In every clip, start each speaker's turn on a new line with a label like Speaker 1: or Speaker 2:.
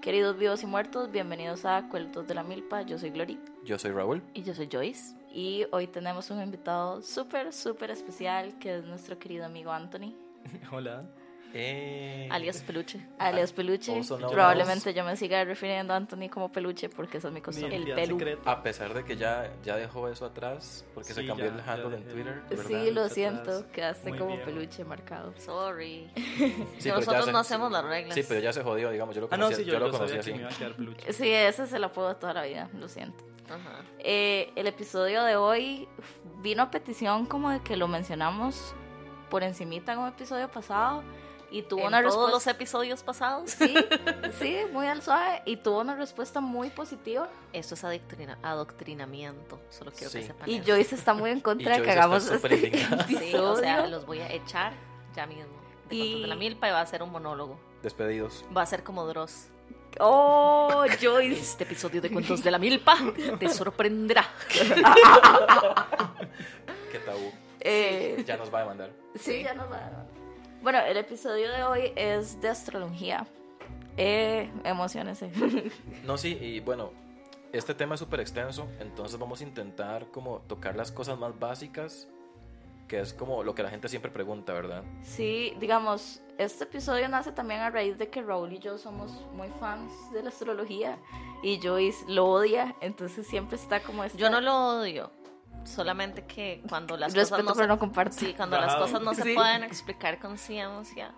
Speaker 1: Queridos vivos y muertos, bienvenidos a Cuentos de la Milpa. Yo soy Glory
Speaker 2: Yo soy Raúl.
Speaker 1: y yo soy Joyce. Y hoy tenemos un invitado súper, súper especial que es nuestro querido amigo Anthony,
Speaker 2: Hola. Eh,
Speaker 1: alias Peluche. Alias Peluche.
Speaker 2: also known
Speaker 1: Probablemente yo me siga refiriendo a Anthony como Peluche porque esa es mi costumbre. El
Speaker 3: Identidad
Speaker 1: pelu.
Speaker 3: secreta.
Speaker 2: A pesar de que ya, ya dejó eso atrás, porque se
Speaker 3: Sí,
Speaker 2: cambió
Speaker 3: ya-
Speaker 2: el
Speaker 3: ya
Speaker 2: handle en
Speaker 3: dejé.
Speaker 2: Twitter. ¿verdad?
Speaker 1: Sí, lo
Speaker 3: Muchas
Speaker 1: siento,
Speaker 3: gracias.
Speaker 1: quedaste
Speaker 3: Muy
Speaker 1: como
Speaker 3: bien.
Speaker 1: peluche marcado. Sorry.
Speaker 2: Sí, pero ya
Speaker 4: Nosotros
Speaker 2: se-
Speaker 4: no hacemos las reglas.
Speaker 2: Sí, pero ya se jodió, digamos. Yo lo
Speaker 3: Ah,
Speaker 2: conocí,
Speaker 3: no, sí,
Speaker 2: yo,
Speaker 3: yo,
Speaker 2: lo
Speaker 3: yo sabía
Speaker 2: conocí
Speaker 3: que
Speaker 2: así.
Speaker 3: me iba a quedar peluche.
Speaker 1: Sí, ese se la puedo toda la vida, lo siento.
Speaker 4: Ajá.
Speaker 1: Eh, el episodio de hoy vino a petición como de que lo mencionamos por encimita en un episodio pasado y tuvo
Speaker 4: En
Speaker 1: una
Speaker 4: todos los
Speaker 1: respuesta
Speaker 4: episodios pasados.
Speaker 1: sí, sí, muy al suave y tuvo una respuesta muy positiva
Speaker 4: Esto es adoctrina- adoctrinamiento. Solo quiero que
Speaker 2: Sí.
Speaker 4: sepan.
Speaker 1: y
Speaker 4: eso.
Speaker 1: Joyce está muy en contra
Speaker 2: Y
Speaker 1: de que
Speaker 2: Joyce está
Speaker 1: hagamos
Speaker 2: súper
Speaker 1: este
Speaker 2: indignada.
Speaker 1: episodio.
Speaker 4: Sí, o sea, los voy a echar ya mismo. De
Speaker 1: Y-
Speaker 4: Cuentos de la milpa y va a ser un monólogo.
Speaker 2: Despedidos.
Speaker 4: Va a ser como Dross.
Speaker 1: Oh, Joyce.
Speaker 4: Este episodio de Cuentos de la Milpa te sorprenderá.
Speaker 2: Qué tabú.
Speaker 1: Eh,
Speaker 2: Pues Ya nos va a demandar.
Speaker 1: Sí, ya nos va a dar. Bueno, el episodio de hoy es de astrología. Eh, emociones. eh.
Speaker 2: No, sí, y bueno, este tema es súper extenso, entonces vamos a intentar como tocar las cosas más básicas, que es como lo que la gente siempre pregunta, ¿verdad?
Speaker 1: Sí, digamos, este episodio nace también a raíz de que Raúl y yo somos muy fans de la astrología y Joyce lo odia, entonces siempre está como esta-
Speaker 4: Yo no lo odio. Solamente que cuando las
Speaker 1: respeto,
Speaker 4: cosas no
Speaker 1: pero
Speaker 4: se
Speaker 1: no comparto.
Speaker 4: Sí, cuando las
Speaker 3: Bajado.
Speaker 4: cosas no se
Speaker 1: Sí.
Speaker 4: pueden explicar con ciencia,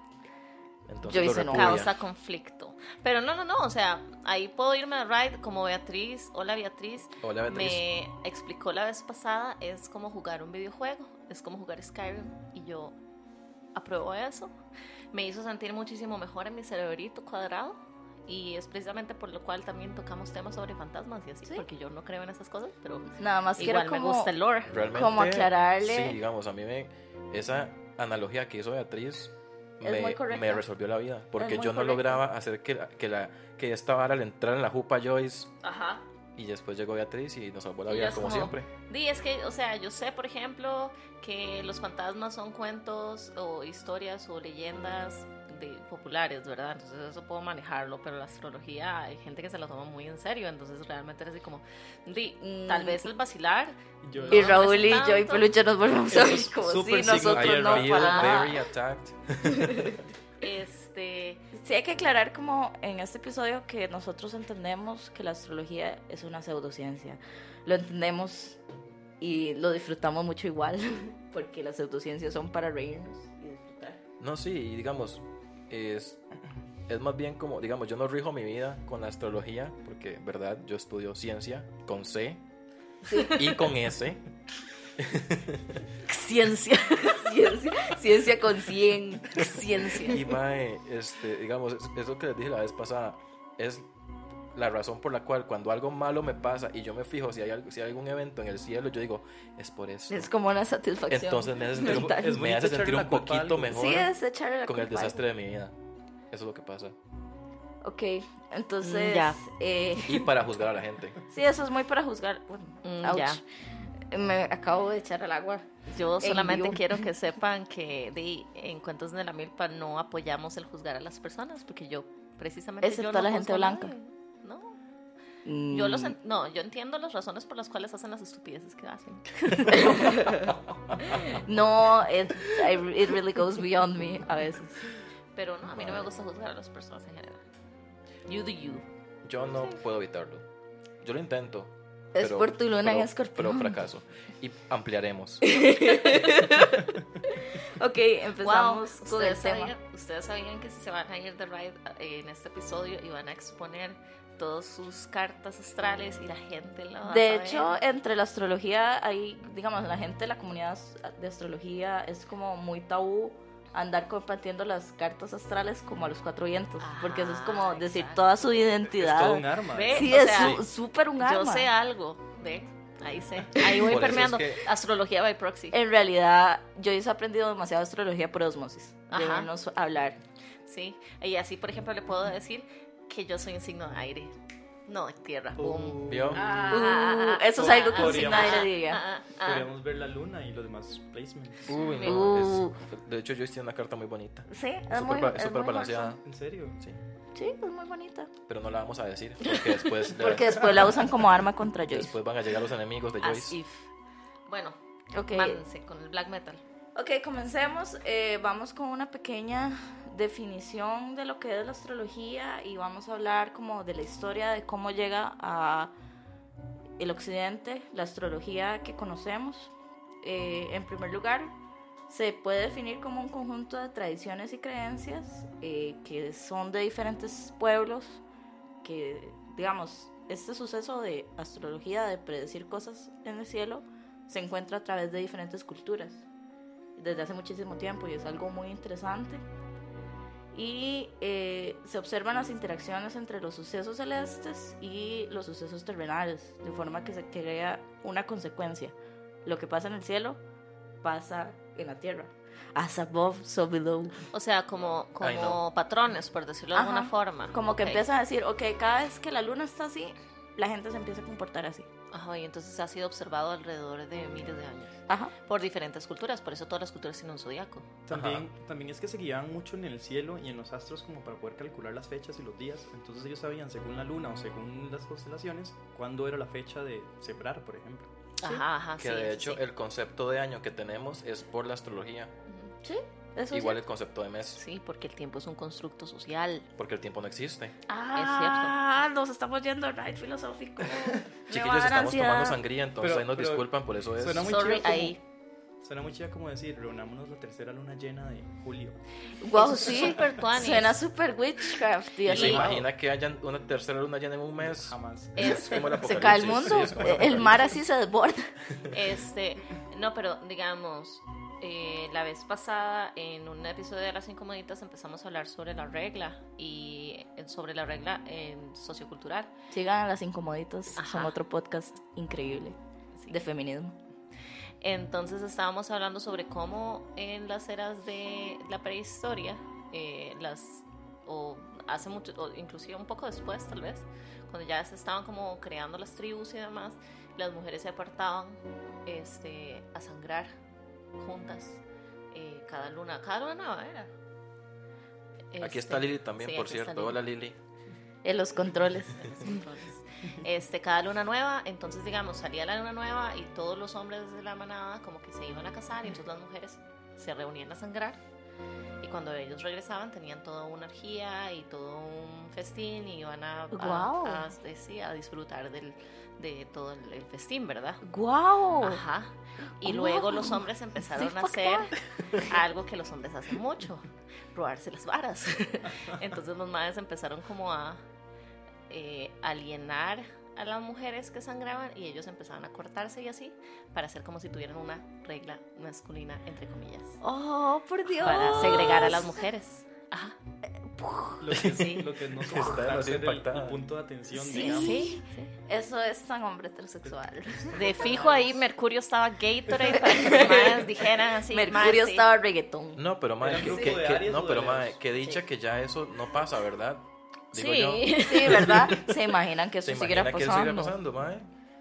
Speaker 2: Entonces
Speaker 1: Yo
Speaker 2: lo
Speaker 1: hice no.
Speaker 2: repudia.
Speaker 4: causa conflicto. Pero no, no, no, o sea, ahí puedo irme a ride como Beatriz. Hola Beatriz.
Speaker 2: Hola, Beatriz.
Speaker 4: Me explicó la vez pasada, es como jugar un videojuego, es como jugar Skyrim y yo apruebo eso. Me hizo sentir muchísimo mejor en mi cerebrito cuadrado y es precisamente por lo cual también tocamos temas sobre fantasmas y así,
Speaker 1: Sí.
Speaker 4: porque yo no creo en esas cosas, pero
Speaker 1: Nada más quiero
Speaker 4: igual me
Speaker 1: como
Speaker 4: gusta el lore.
Speaker 2: Realmente,
Speaker 1: como aclararle.
Speaker 2: Sí, digamos, a mí me, esa analogía que hizo Beatriz
Speaker 1: Es
Speaker 2: me,
Speaker 1: muy correcta.
Speaker 2: me resolvió la vida, porque
Speaker 1: muy
Speaker 2: yo no
Speaker 1: correcta.
Speaker 2: lograba hacer que, la- que, la, que esta vara le entrara en la jupa a Joyce,
Speaker 4: Ajá.
Speaker 2: y después llegó Beatriz y nos salvó la
Speaker 4: Y
Speaker 2: vida,
Speaker 4: es
Speaker 2: como,
Speaker 4: como-
Speaker 2: siempre.
Speaker 4: Di, es que, o sea, yo sé, por ejemplo, que los fantasmas son cuentos o historias o leyendas de, populares, ¿verdad? Entonces eso puedo manejarlo, pero la astrología hay gente que se la toma muy en serio, entonces realmente es así como, di, tal
Speaker 1: Mm.
Speaker 4: vez el vacilar,
Speaker 3: Yo-
Speaker 1: y
Speaker 4: no,
Speaker 1: Raúl
Speaker 4: no
Speaker 1: y
Speaker 4: es
Speaker 1: yo y
Speaker 4: tanto.
Speaker 1: Peluche nos volvemos a
Speaker 3: Eso
Speaker 1: ver
Speaker 3: es
Speaker 1: como
Speaker 3: súper
Speaker 1: si
Speaker 3: signo
Speaker 1: nosotros
Speaker 2: I
Speaker 1: no
Speaker 2: feel
Speaker 1: para nada.
Speaker 2: very attacked.
Speaker 4: este,
Speaker 1: Sí hay que aclarar como en este episodio que nosotros entendemos que la astrología es una pseudociencia. Lo entendemos y lo disfrutamos mucho igual porque las pseudociencias son para reírnos y disfrutar.
Speaker 2: No, sí, y digamos, es, es más bien como, digamos, yo no rijo mi vida con la astrología, porque, ¿verdad? Yo estudio ciencia con C y con S.
Speaker 4: ciencia,
Speaker 1: Ciencia, ciencia con cien.
Speaker 4: ciencia.
Speaker 2: Y, mae, este, digamos, es- es lo que les dije la vez pasada, es la razón por la cual cuando algo malo me pasa y yo me fijo si hay, algo- si hay algún evento en el cielo, yo digo, es por eso.
Speaker 1: Es como una satisfacción.
Speaker 2: Entonces me hace sentir, un-
Speaker 1: mental.
Speaker 3: es muy
Speaker 2: me hace
Speaker 3: echarle
Speaker 2: sentir
Speaker 3: la
Speaker 2: un
Speaker 3: culpa a
Speaker 2: poquito
Speaker 3: algo.
Speaker 2: mejor
Speaker 1: Sí, es echarle la
Speaker 2: con el
Speaker 1: culpa a
Speaker 2: desastre de mi vida. Eso es lo que pasa.
Speaker 1: algo. Ok, entonces.
Speaker 4: Mm, ya.
Speaker 1: eh,
Speaker 2: Y para juzgar a la gente.
Speaker 1: sí, eso es muy para juzgar. Bueno,
Speaker 4: Mm,
Speaker 1: ouch.
Speaker 4: ya.
Speaker 1: Me acabo de echar al agua.
Speaker 4: Yo solamente
Speaker 1: vivo.
Speaker 4: quiero que sepan que di, en Cuentos de la Milpa no apoyamos el juzgar a las personas, porque yo precisamente... yo
Speaker 1: Excepto
Speaker 4: no
Speaker 1: a la gente
Speaker 4: juzgo a
Speaker 1: blanca. Mm.
Speaker 4: nadie, No, Yo los en- no, yo entiendo las razones por las cuales hacen las estupideces que hacen.
Speaker 2: Ah.
Speaker 1: No, it, I- it really goes beyond me a veces.
Speaker 4: Pero no, a mí no me gusta juzgar a las personas en general. You do you.
Speaker 2: Yo no puedo evitarlo. Yo lo intento.
Speaker 1: Es por tu luna en Escorpión.
Speaker 2: Pero fracaso. Y ampliaremos.
Speaker 1: Ok,
Speaker 4: Pues
Speaker 1: empezamos con el
Speaker 4: ustedes,
Speaker 1: tema.
Speaker 4: sabían, ustedes sabían que si se van a ir de ride eh, en este episodio y van a exponer todas sus cartas astrales y la gente la va
Speaker 1: De
Speaker 4: a saber?
Speaker 1: hecho, entre la astrología hay, digamos, la gente, la comunidad as- de astrología es como muy tabú andar compartiendo las cartas astrales como a los cuatro vientos,
Speaker 4: Ajá,
Speaker 1: porque eso es como decir
Speaker 4: exacto.
Speaker 1: toda su
Speaker 3: Es todo
Speaker 1: identidad.
Speaker 3: un arma.
Speaker 4: Ve,
Speaker 1: sí,
Speaker 4: o
Speaker 1: es
Speaker 4: sea,
Speaker 1: su- súper un
Speaker 4: yo
Speaker 1: arma.
Speaker 4: sé algo, ve, ahí sé, Eh, ahí voy
Speaker 2: Por eso es
Speaker 4: permeando.
Speaker 2: que-
Speaker 4: Astrología by proxy.
Speaker 1: En realidad, yo he aprendido demasiado astrología por osmosis, de
Speaker 4: Ajá.
Speaker 1: vernos hablar.
Speaker 4: Sí, y así, por ejemplo, le puedo decir que yo soy un signo de aire, no de tierra. Boom.
Speaker 3: Uh,
Speaker 2: ¿Vio?
Speaker 1: Uh, eso es algo que un signo de aire diría.
Speaker 4: Ah, ah, ah.
Speaker 3: Podríamos ver la luna y los demás placements.
Speaker 2: Uy, no,
Speaker 1: Uh.
Speaker 2: es- de hecho, Joyce tiene una carta muy bonita.
Speaker 1: ah. Sí, es
Speaker 2: Súper
Speaker 1: muy,
Speaker 2: ba-
Speaker 1: es
Speaker 2: súper
Speaker 1: muy
Speaker 2: balanceada.
Speaker 3: ¿En serio?
Speaker 2: Sí.
Speaker 1: wholesome. Sí, es muy bonita.
Speaker 2: Pero no la vamos a decir porque después, le-
Speaker 1: Porque después la usan como arma contra Joyce.
Speaker 2: después van a llegar los enemigos de
Speaker 1: As
Speaker 2: Joyce.
Speaker 1: if.
Speaker 4: Bueno,
Speaker 1: Ok.
Speaker 4: mándense con el black metal.
Speaker 1: Ok, comencemos. Eh, vamos con una pequeña definición de lo que es la astrología y vamos a hablar como de la historia de cómo llega a el occidente la astrología que conocemos. Eh, en primer lugar, se puede definir como un conjunto de tradiciones y creencias eh, que son de diferentes pueblos que, digamos, este suceso de astrología, de predecir cosas en el cielo, se encuentra a través de diferentes culturas desde hace muchísimo tiempo y es algo muy interesante. Y eh, se observan las interacciones entre los sucesos celestes y los sucesos terrenales, de forma que se crea una consecuencia. Lo que pasa en el cielo pasa en la tierra. As above, so below.
Speaker 4: O sea, como,
Speaker 2: Ay, no.
Speaker 4: como patrones, por decirlo de
Speaker 1: Ajá.
Speaker 4: alguna forma.
Speaker 1: Como que
Speaker 4: Ok.
Speaker 1: empiezan a decir, ok, cada vez que la luna está así, la gente se empieza a comportar así.
Speaker 4: Ajá, y entonces ha sido observado alrededor de miles de años.
Speaker 1: Ajá.
Speaker 4: Por diferentes culturas, por eso todas las culturas tienen un zodiaco.
Speaker 3: También, también es que se guiaban mucho en el cielo y en los astros como para poder calcular las fechas y los días. Entonces ellos sabían según la luna o según las constelaciones cuándo era la fecha de sembrar, por ejemplo.
Speaker 4: Ajá, ajá.
Speaker 2: Que
Speaker 4: sí,
Speaker 2: de
Speaker 4: sí,
Speaker 2: hecho
Speaker 4: sí.
Speaker 2: el concepto de año que tenemos es por la astrología.
Speaker 4: Ujú.
Speaker 1: Sí, eso
Speaker 2: Igual
Speaker 1: sí.
Speaker 2: el concepto de mes,
Speaker 4: Sí, porque el tiempo es un constructo social.
Speaker 2: porque el tiempo no existe.
Speaker 1: Ah, nos estamos yendo right filosófico. Me va a
Speaker 2: Chiquillos,
Speaker 1: dar
Speaker 2: estamos tomando
Speaker 1: ansiedad.
Speaker 2: sangría, entonces
Speaker 3: Pero-
Speaker 2: ahí nos
Speaker 3: pero-
Speaker 2: disculpan, por eso es...
Speaker 3: suena muy
Speaker 4: Sorry,
Speaker 3: chido como-
Speaker 4: ahí.
Speaker 3: Suena muy chida como decir, reunámonos la tercera luna llena de julio.
Speaker 1: Wow,
Speaker 4: Eso es
Speaker 1: sí.
Speaker 4: súper tuanis.
Speaker 1: Suena super witchcraft y
Speaker 2: Y se
Speaker 1: así.
Speaker 3: Wow.
Speaker 2: imagina que hayan una tercera luna llena en un mes.
Speaker 3: Jamás.
Speaker 2: Es
Speaker 4: Es-
Speaker 2: como el
Speaker 1: Se cae el
Speaker 2: apocalipsis,
Speaker 1: mundo, eh,
Speaker 2: sí, es como el
Speaker 1: el mar así se desborda.
Speaker 4: Este, no, pero digamos, eh, la vez pasada en un episodio de Las Incomoditas empezamos a hablar sobre la regla y eh, sobre la regla eh, sociocultural.
Speaker 1: Sigan a las incomoditas,
Speaker 4: Ajá.
Speaker 1: son otro podcast increíble
Speaker 4: Sí.
Speaker 1: de feminismo.
Speaker 4: Entonces estábamos hablando sobre cómo en las eras de la prehistoria, eh, las o hace mucho, o inclusive un poco después tal vez, cuando ya se estaban como creando las tribus y demás, las mujeres se apartaban este, a sangrar juntas eh, cada luna, cada luna era.
Speaker 1: este,
Speaker 4: Este,
Speaker 2: Aquí está Lili también, por cierto. Hola Lili.
Speaker 1: En los controles.
Speaker 4: Entonces, Este, cada luna nueva, entonces digamos, salía la luna nueva y todos los hombres de la manada como que se iban a casar y entonces las mujeres se reunían a sangrar y cuando ellos regresaban tenían toda una orgía y todo un festín y iban a, a-
Speaker 1: Guau.
Speaker 4: a- eh, sí, a disfrutar del, de todo el, el festín, ¿verdad?
Speaker 1: ¡Wow!
Speaker 4: Ajá. Y
Speaker 1: Guau.
Speaker 4: luego los hombres empezaron
Speaker 1: Oh. Sí,
Speaker 4: a
Speaker 1: fucked
Speaker 4: hacer algo que los hombres hacen mucho, robarse las varas. Entonces los madres empezaron como a eh, alienar a las mujeres que sangraban y ellos empezaban a cortarse y así para hacer como si tuvieran una regla masculina, entre comillas,
Speaker 1: ¡Oh, por Dios!
Speaker 4: para segregar a las mujeres. Ajá.
Speaker 3: Lo que,
Speaker 4: Sí.
Speaker 3: lo que no
Speaker 2: Está demasiado
Speaker 3: soportar ser el,
Speaker 2: impactada.
Speaker 3: el punto de atención,
Speaker 1: Sí.
Speaker 3: digamos.
Speaker 4: Sí, sí.
Speaker 1: Eso es tan hombre heterosexual.
Speaker 4: De fijo ahí Mercurio estaba Gatorade para que las madres dijeran así.
Speaker 1: Mercurio
Speaker 4: "Mae, sí".
Speaker 1: estaba reggaetón.
Speaker 2: No, pero mae,
Speaker 3: ¿Era un
Speaker 2: que,
Speaker 3: grupo
Speaker 2: que-
Speaker 3: de
Speaker 2: que-
Speaker 3: Aries
Speaker 2: no,
Speaker 3: o
Speaker 2: pero
Speaker 3: de
Speaker 2: mae,
Speaker 3: Leos?
Speaker 2: que dicha que ya eso no pasa, ¿verdad? Digo
Speaker 4: Sí.
Speaker 2: yo.
Speaker 1: Sí, ¿verdad? Se imaginan que eso
Speaker 2: ¿Se
Speaker 1: siguiera
Speaker 2: imagina que eso
Speaker 1: pasando.
Speaker 2: siga pasando, mae?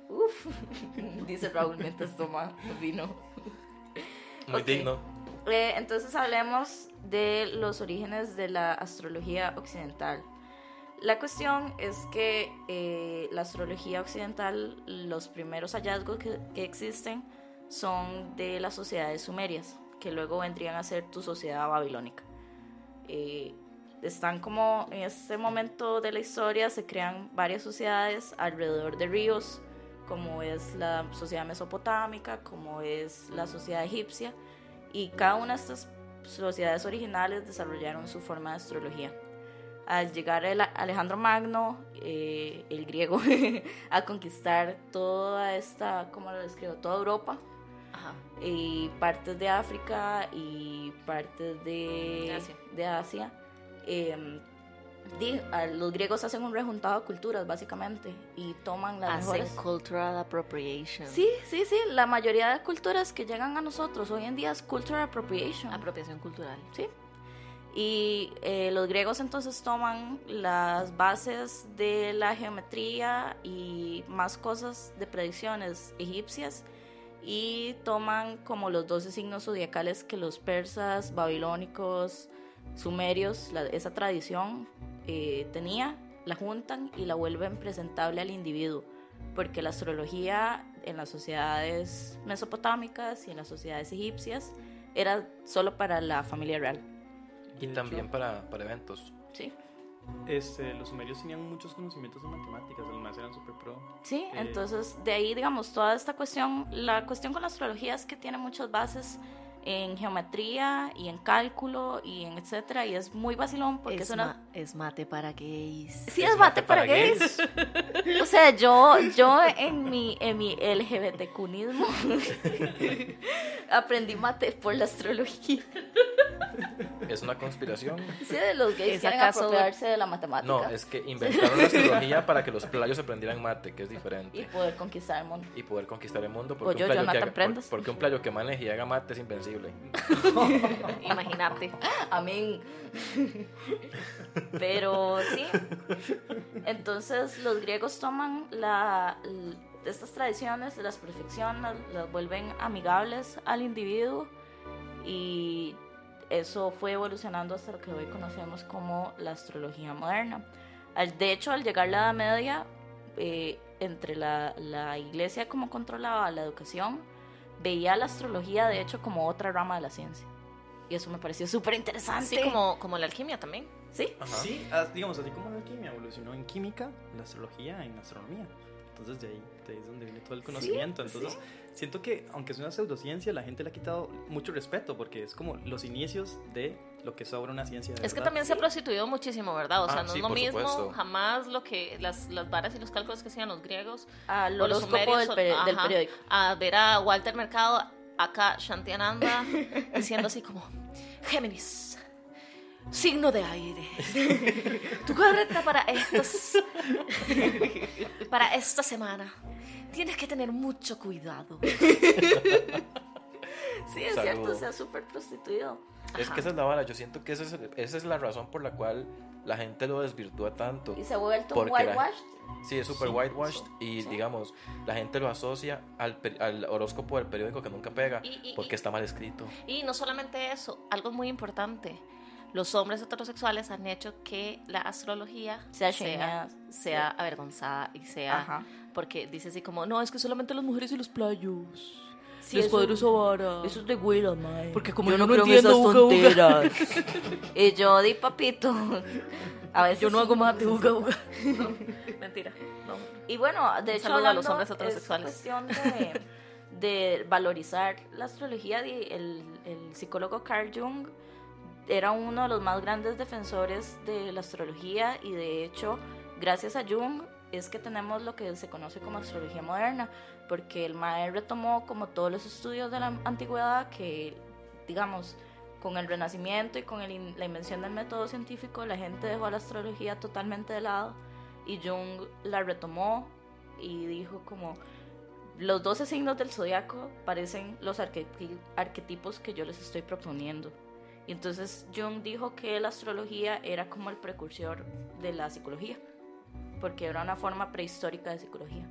Speaker 1: Uf, dice Raúl mientras toma vino.
Speaker 2: Muy
Speaker 1: Ok.
Speaker 2: digno.
Speaker 1: Eh, entonces hablemos de los orígenes de la astrología occidental. La cuestión es que eh, la astrología occidental, los primeros hallazgos que, que existen son de las sociedades sumerias, que luego vendrían a ser tu sociedad babilónica. Eh, están como en este momento de la historia, se crean varias sociedades alrededor de ríos, como es la sociedad mesopotámica, como es la sociedad egipcia, y cada una de estas sociedades originales desarrollaron su forma de astrología. Al llegar el Alejandro Magno, eh, el griego, a conquistar toda esta, ¿cómo lo describo? Toda Europa,
Speaker 4: Ajá.
Speaker 1: y partes de África y partes de
Speaker 4: Asia.
Speaker 1: de Asia, em, di- a- los griegos hacen un rejuntado de culturas, básicamente, y toman las
Speaker 4: Hacen
Speaker 1: mejores.
Speaker 4: cultural appropriation.
Speaker 1: Sí, sí, sí. La mayoría de culturas que llegan a nosotros hoy en día es cultural appropriation.
Speaker 4: Apropiación cultural.
Speaker 1: Sí. Y eh, los griegos entonces toman las bases de la geometría y más cosas de predicciones egipcias y toman como los 12 signos zodiacales que los persas, babilónicos, sumerios, la- esa tradición eh, tenía, la juntan y la vuelven presentable al individuo. Porque la astrología en las sociedades mesopotámicas y en las sociedades egipcias era solo para la familia real.
Speaker 2: Y
Speaker 3: De
Speaker 2: también
Speaker 3: hecho,
Speaker 2: para, para eventos.
Speaker 1: Sí,
Speaker 3: este, los sumerios tenían muchos conocimientos en matemáticas, los más eran super pro.
Speaker 1: sí.
Speaker 3: Eh.
Speaker 1: Entonces, de ahí, digamos, toda esta cuestión, la cuestión con la astrología es que tiene muchas bases en geometría y en cálculo y en etcétera. Y es muy vacilón porque es,
Speaker 4: es,
Speaker 1: una...
Speaker 4: ma- es mate para gays.
Speaker 1: Sí, es bate para gays. O sea, yo, yo en mi, en mi LGBTQismo aprendí mate por la astrología.
Speaker 2: ¿Es una conspiración?
Speaker 1: Sí, de los gays
Speaker 4: ¿Es
Speaker 1: quieren
Speaker 4: acaso-
Speaker 1: apropiarse de la matemática
Speaker 2: No, es que inventaron la astrología para que los playos aprendieran mate, que es diferente.
Speaker 1: y poder conquistar el mundo.
Speaker 2: y poder conquistar el mundo
Speaker 1: Pues
Speaker 2: porque,
Speaker 1: yo,
Speaker 2: un, playo que
Speaker 1: Jonathan
Speaker 2: haga- por-
Speaker 1: Prendas.
Speaker 2: porque un playo que maneje y haga mate es invencible.
Speaker 4: Imagínate.
Speaker 1: Ah, Amén. Pero sí. Entonces los griegos toman la, l- estas tradiciones, las perfeccionan, las- las vuelven amigables al individuo y eso fue evolucionando hasta lo que hoy conocemos como la astrología moderna. Al- de hecho, al llegar la Edad Media, eh, entre la, la iglesia como controlaba la educación, veía la astrología de hecho como otra rama de la ciencia. Y eso me pareció súper interesante.
Speaker 4: Así como, como la alquimia también.
Speaker 1: Sí,
Speaker 2: Ajá.
Speaker 3: Sí, as- digamos, así como la alquimia evolucionó en química, la astrología en astronomía. Entonces de ahí, de ahí es donde viene todo el conocimiento. Entonces siento que aunque es una pseudociencia, la gente le ha quitado mucho respeto porque es como los inicios de lo que es ahora una ciencia. De
Speaker 4: Es que
Speaker 3: verdad.
Speaker 4: también se ha prostituido muchísimo, ¿verdad? O sea,
Speaker 2: Ah,
Speaker 4: no
Speaker 2: sí,
Speaker 4: es lo
Speaker 2: por
Speaker 4: mismo
Speaker 2: supuesto.
Speaker 4: jamás lo que las, las varas y los cálculos que hacían los griegos
Speaker 1: al
Speaker 4: o los
Speaker 1: horóscopo del,
Speaker 4: sumerios,
Speaker 1: peri- del
Speaker 4: ajá,
Speaker 1: periódico.
Speaker 4: a ver a Walter Mercado acá Shantiananda diciendo así como Géminis signo de aire tu carta para estas para esta semana tienes que tener mucho cuidado
Speaker 1: Sí, es
Speaker 2: Saludo.
Speaker 1: cierto, se ha súper prostituido.
Speaker 2: Es que esa es la vara. Yo siento que esa es, esa es la razón por la cual la gente lo desvirtúa tanto.
Speaker 1: Y se ha vuelto
Speaker 2: Porque la-
Speaker 1: whitewashed.
Speaker 2: Sí, es súper
Speaker 3: Sí,
Speaker 2: whitewashed
Speaker 1: sí,
Speaker 2: y
Speaker 1: sí.
Speaker 2: digamos, la gente lo asocia al, per- al horóscopo del periódico que nunca pega
Speaker 4: Y- y-
Speaker 2: porque
Speaker 4: y-
Speaker 2: está mal escrito.
Speaker 4: Y no solamente eso, algo muy importante. Los hombres heterosexuales han hecho que la astrología
Speaker 1: Sea
Speaker 4: sea,
Speaker 1: chineada.
Speaker 4: sea avergonzada y sea...
Speaker 1: Ajá.
Speaker 4: Porque dice así como, no, es que solamente las mujeres y los playos.
Speaker 1: Sí,
Speaker 4: les
Speaker 1: eso-
Speaker 4: cuadro esa vara.
Speaker 1: Eso es de güira, mae.
Speaker 4: Porque como yo
Speaker 1: yo
Speaker 4: no
Speaker 1: creo en
Speaker 4: entiendo,
Speaker 1: esas
Speaker 4: uga, uga.
Speaker 1: tonteras. y yo di papito. A veces
Speaker 4: Yo no hago
Speaker 1: sí,
Speaker 4: mate,
Speaker 1: a veces
Speaker 4: uga,
Speaker 1: no.
Speaker 4: uga. Mentira. No.
Speaker 1: Y bueno, de hecho,
Speaker 4: saludo a los
Speaker 1: hablando,
Speaker 4: hombres
Speaker 1: es
Speaker 4: heterosexuales.
Speaker 1: cuestión de, de valorizar la astrología. di- El, el psicólogo Carl Jung era uno de los más grandes defensores de la astrología y de hecho, gracias a Jung es que tenemos lo que se conoce como astrología moderna, porque el maestro retomó como todos los estudios de la antigüedad que, digamos, con el Renacimiento y con el in- la invención del método científico, la gente dejó la astrología totalmente de lado y Jung la retomó y dijo como los 12 signos del zodiaco parecen los arqueti- arquetipos que yo les estoy proponiendo. Y entonces Jung dijo que la astrología era como el precursor de la psicología, porque era una forma prehistórica de psicología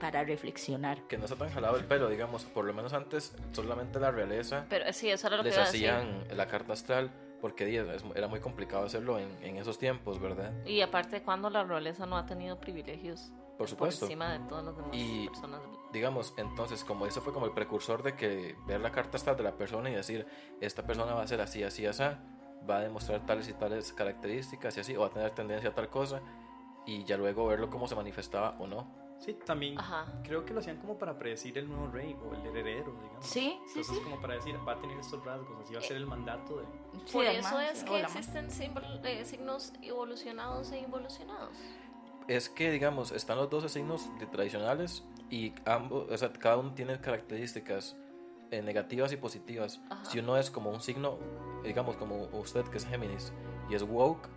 Speaker 1: para reflexionar.
Speaker 2: Que no está tan jalado el pelo, digamos. Por lo menos antes solamente la realeza
Speaker 4: Pero eh, sí, eso era lo
Speaker 2: les
Speaker 4: que iba a decir.
Speaker 2: hacían la carta astral porque di, es- era muy complicado hacerlo en, en esos tiempos, ¿verdad?
Speaker 4: Y aparte, cuando la realeza no ha tenido privilegios
Speaker 2: Por supuesto.
Speaker 4: por encima de todas las demás
Speaker 2: Y-
Speaker 4: personas.
Speaker 2: digamos, entonces, como eso fue como el precursor de que ver la carta astral de la persona y decir, esta persona va a ser así, así, así, va a demostrar tales y tales características y así, o va a tener tendencia a tal cosa, y ya luego verlo cómo se manifestaba o no.
Speaker 3: Sí, también
Speaker 4: Ajá.
Speaker 3: creo que lo hacían como para predecir el nuevo rey o el heredero, digamos.
Speaker 1: Sí, sí,
Speaker 3: Entonces
Speaker 1: sí. Eh.
Speaker 3: como para decir, va a tener estos rasgos, así va a ser el mandato de...
Speaker 1: Sí,
Speaker 4: Por
Speaker 1: del
Speaker 4: eso
Speaker 1: man,
Speaker 4: es
Speaker 1: sí,
Speaker 4: que
Speaker 1: o la man.
Speaker 4: existen simbol- eh, signos evolucionados e involucionados.
Speaker 2: Es que, digamos, están los 12 signos de- tradicionales y ambos, o sea, cada uno tiene características eh, negativas y positivas.
Speaker 4: Ajá.
Speaker 2: Si uno es como un signo, digamos, como usted que es Géminis y es woke,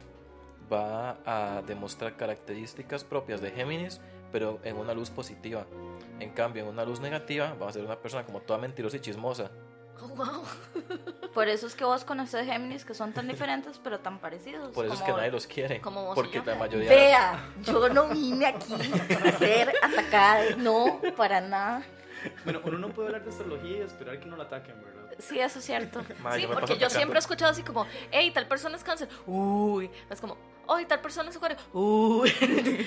Speaker 2: va a demostrar características propias de Géminis, pero en una luz positiva. En cambio, en una luz negativa, va a ser una persona como toda mentirosa y chismosa.
Speaker 1: Oh,
Speaker 4: wow.
Speaker 1: Por eso es que vos conoces Géminis que son tan diferentes pero tan parecidos.
Speaker 2: Por eso es que
Speaker 1: como-
Speaker 2: nadie los quiere.
Speaker 4: como vos y
Speaker 2: porque
Speaker 4: yo.
Speaker 2: la mayoría.
Speaker 1: Vea, yo no vine aquí a ser atacada, no, para nada.
Speaker 3: Bueno, uno no puede hablar de astrología y esperar que no la ataquen, ¿verdad?
Speaker 1: Sí, eso es cierto.
Speaker 2: Ma,
Speaker 4: sí,
Speaker 2: Ah, me
Speaker 4: porque
Speaker 2: paso
Speaker 4: yo
Speaker 2: atacando.
Speaker 4: siempre he escuchado así como, hey, tal persona es cáncer. Uy, es como, hoy tal persona es acuario. Uy.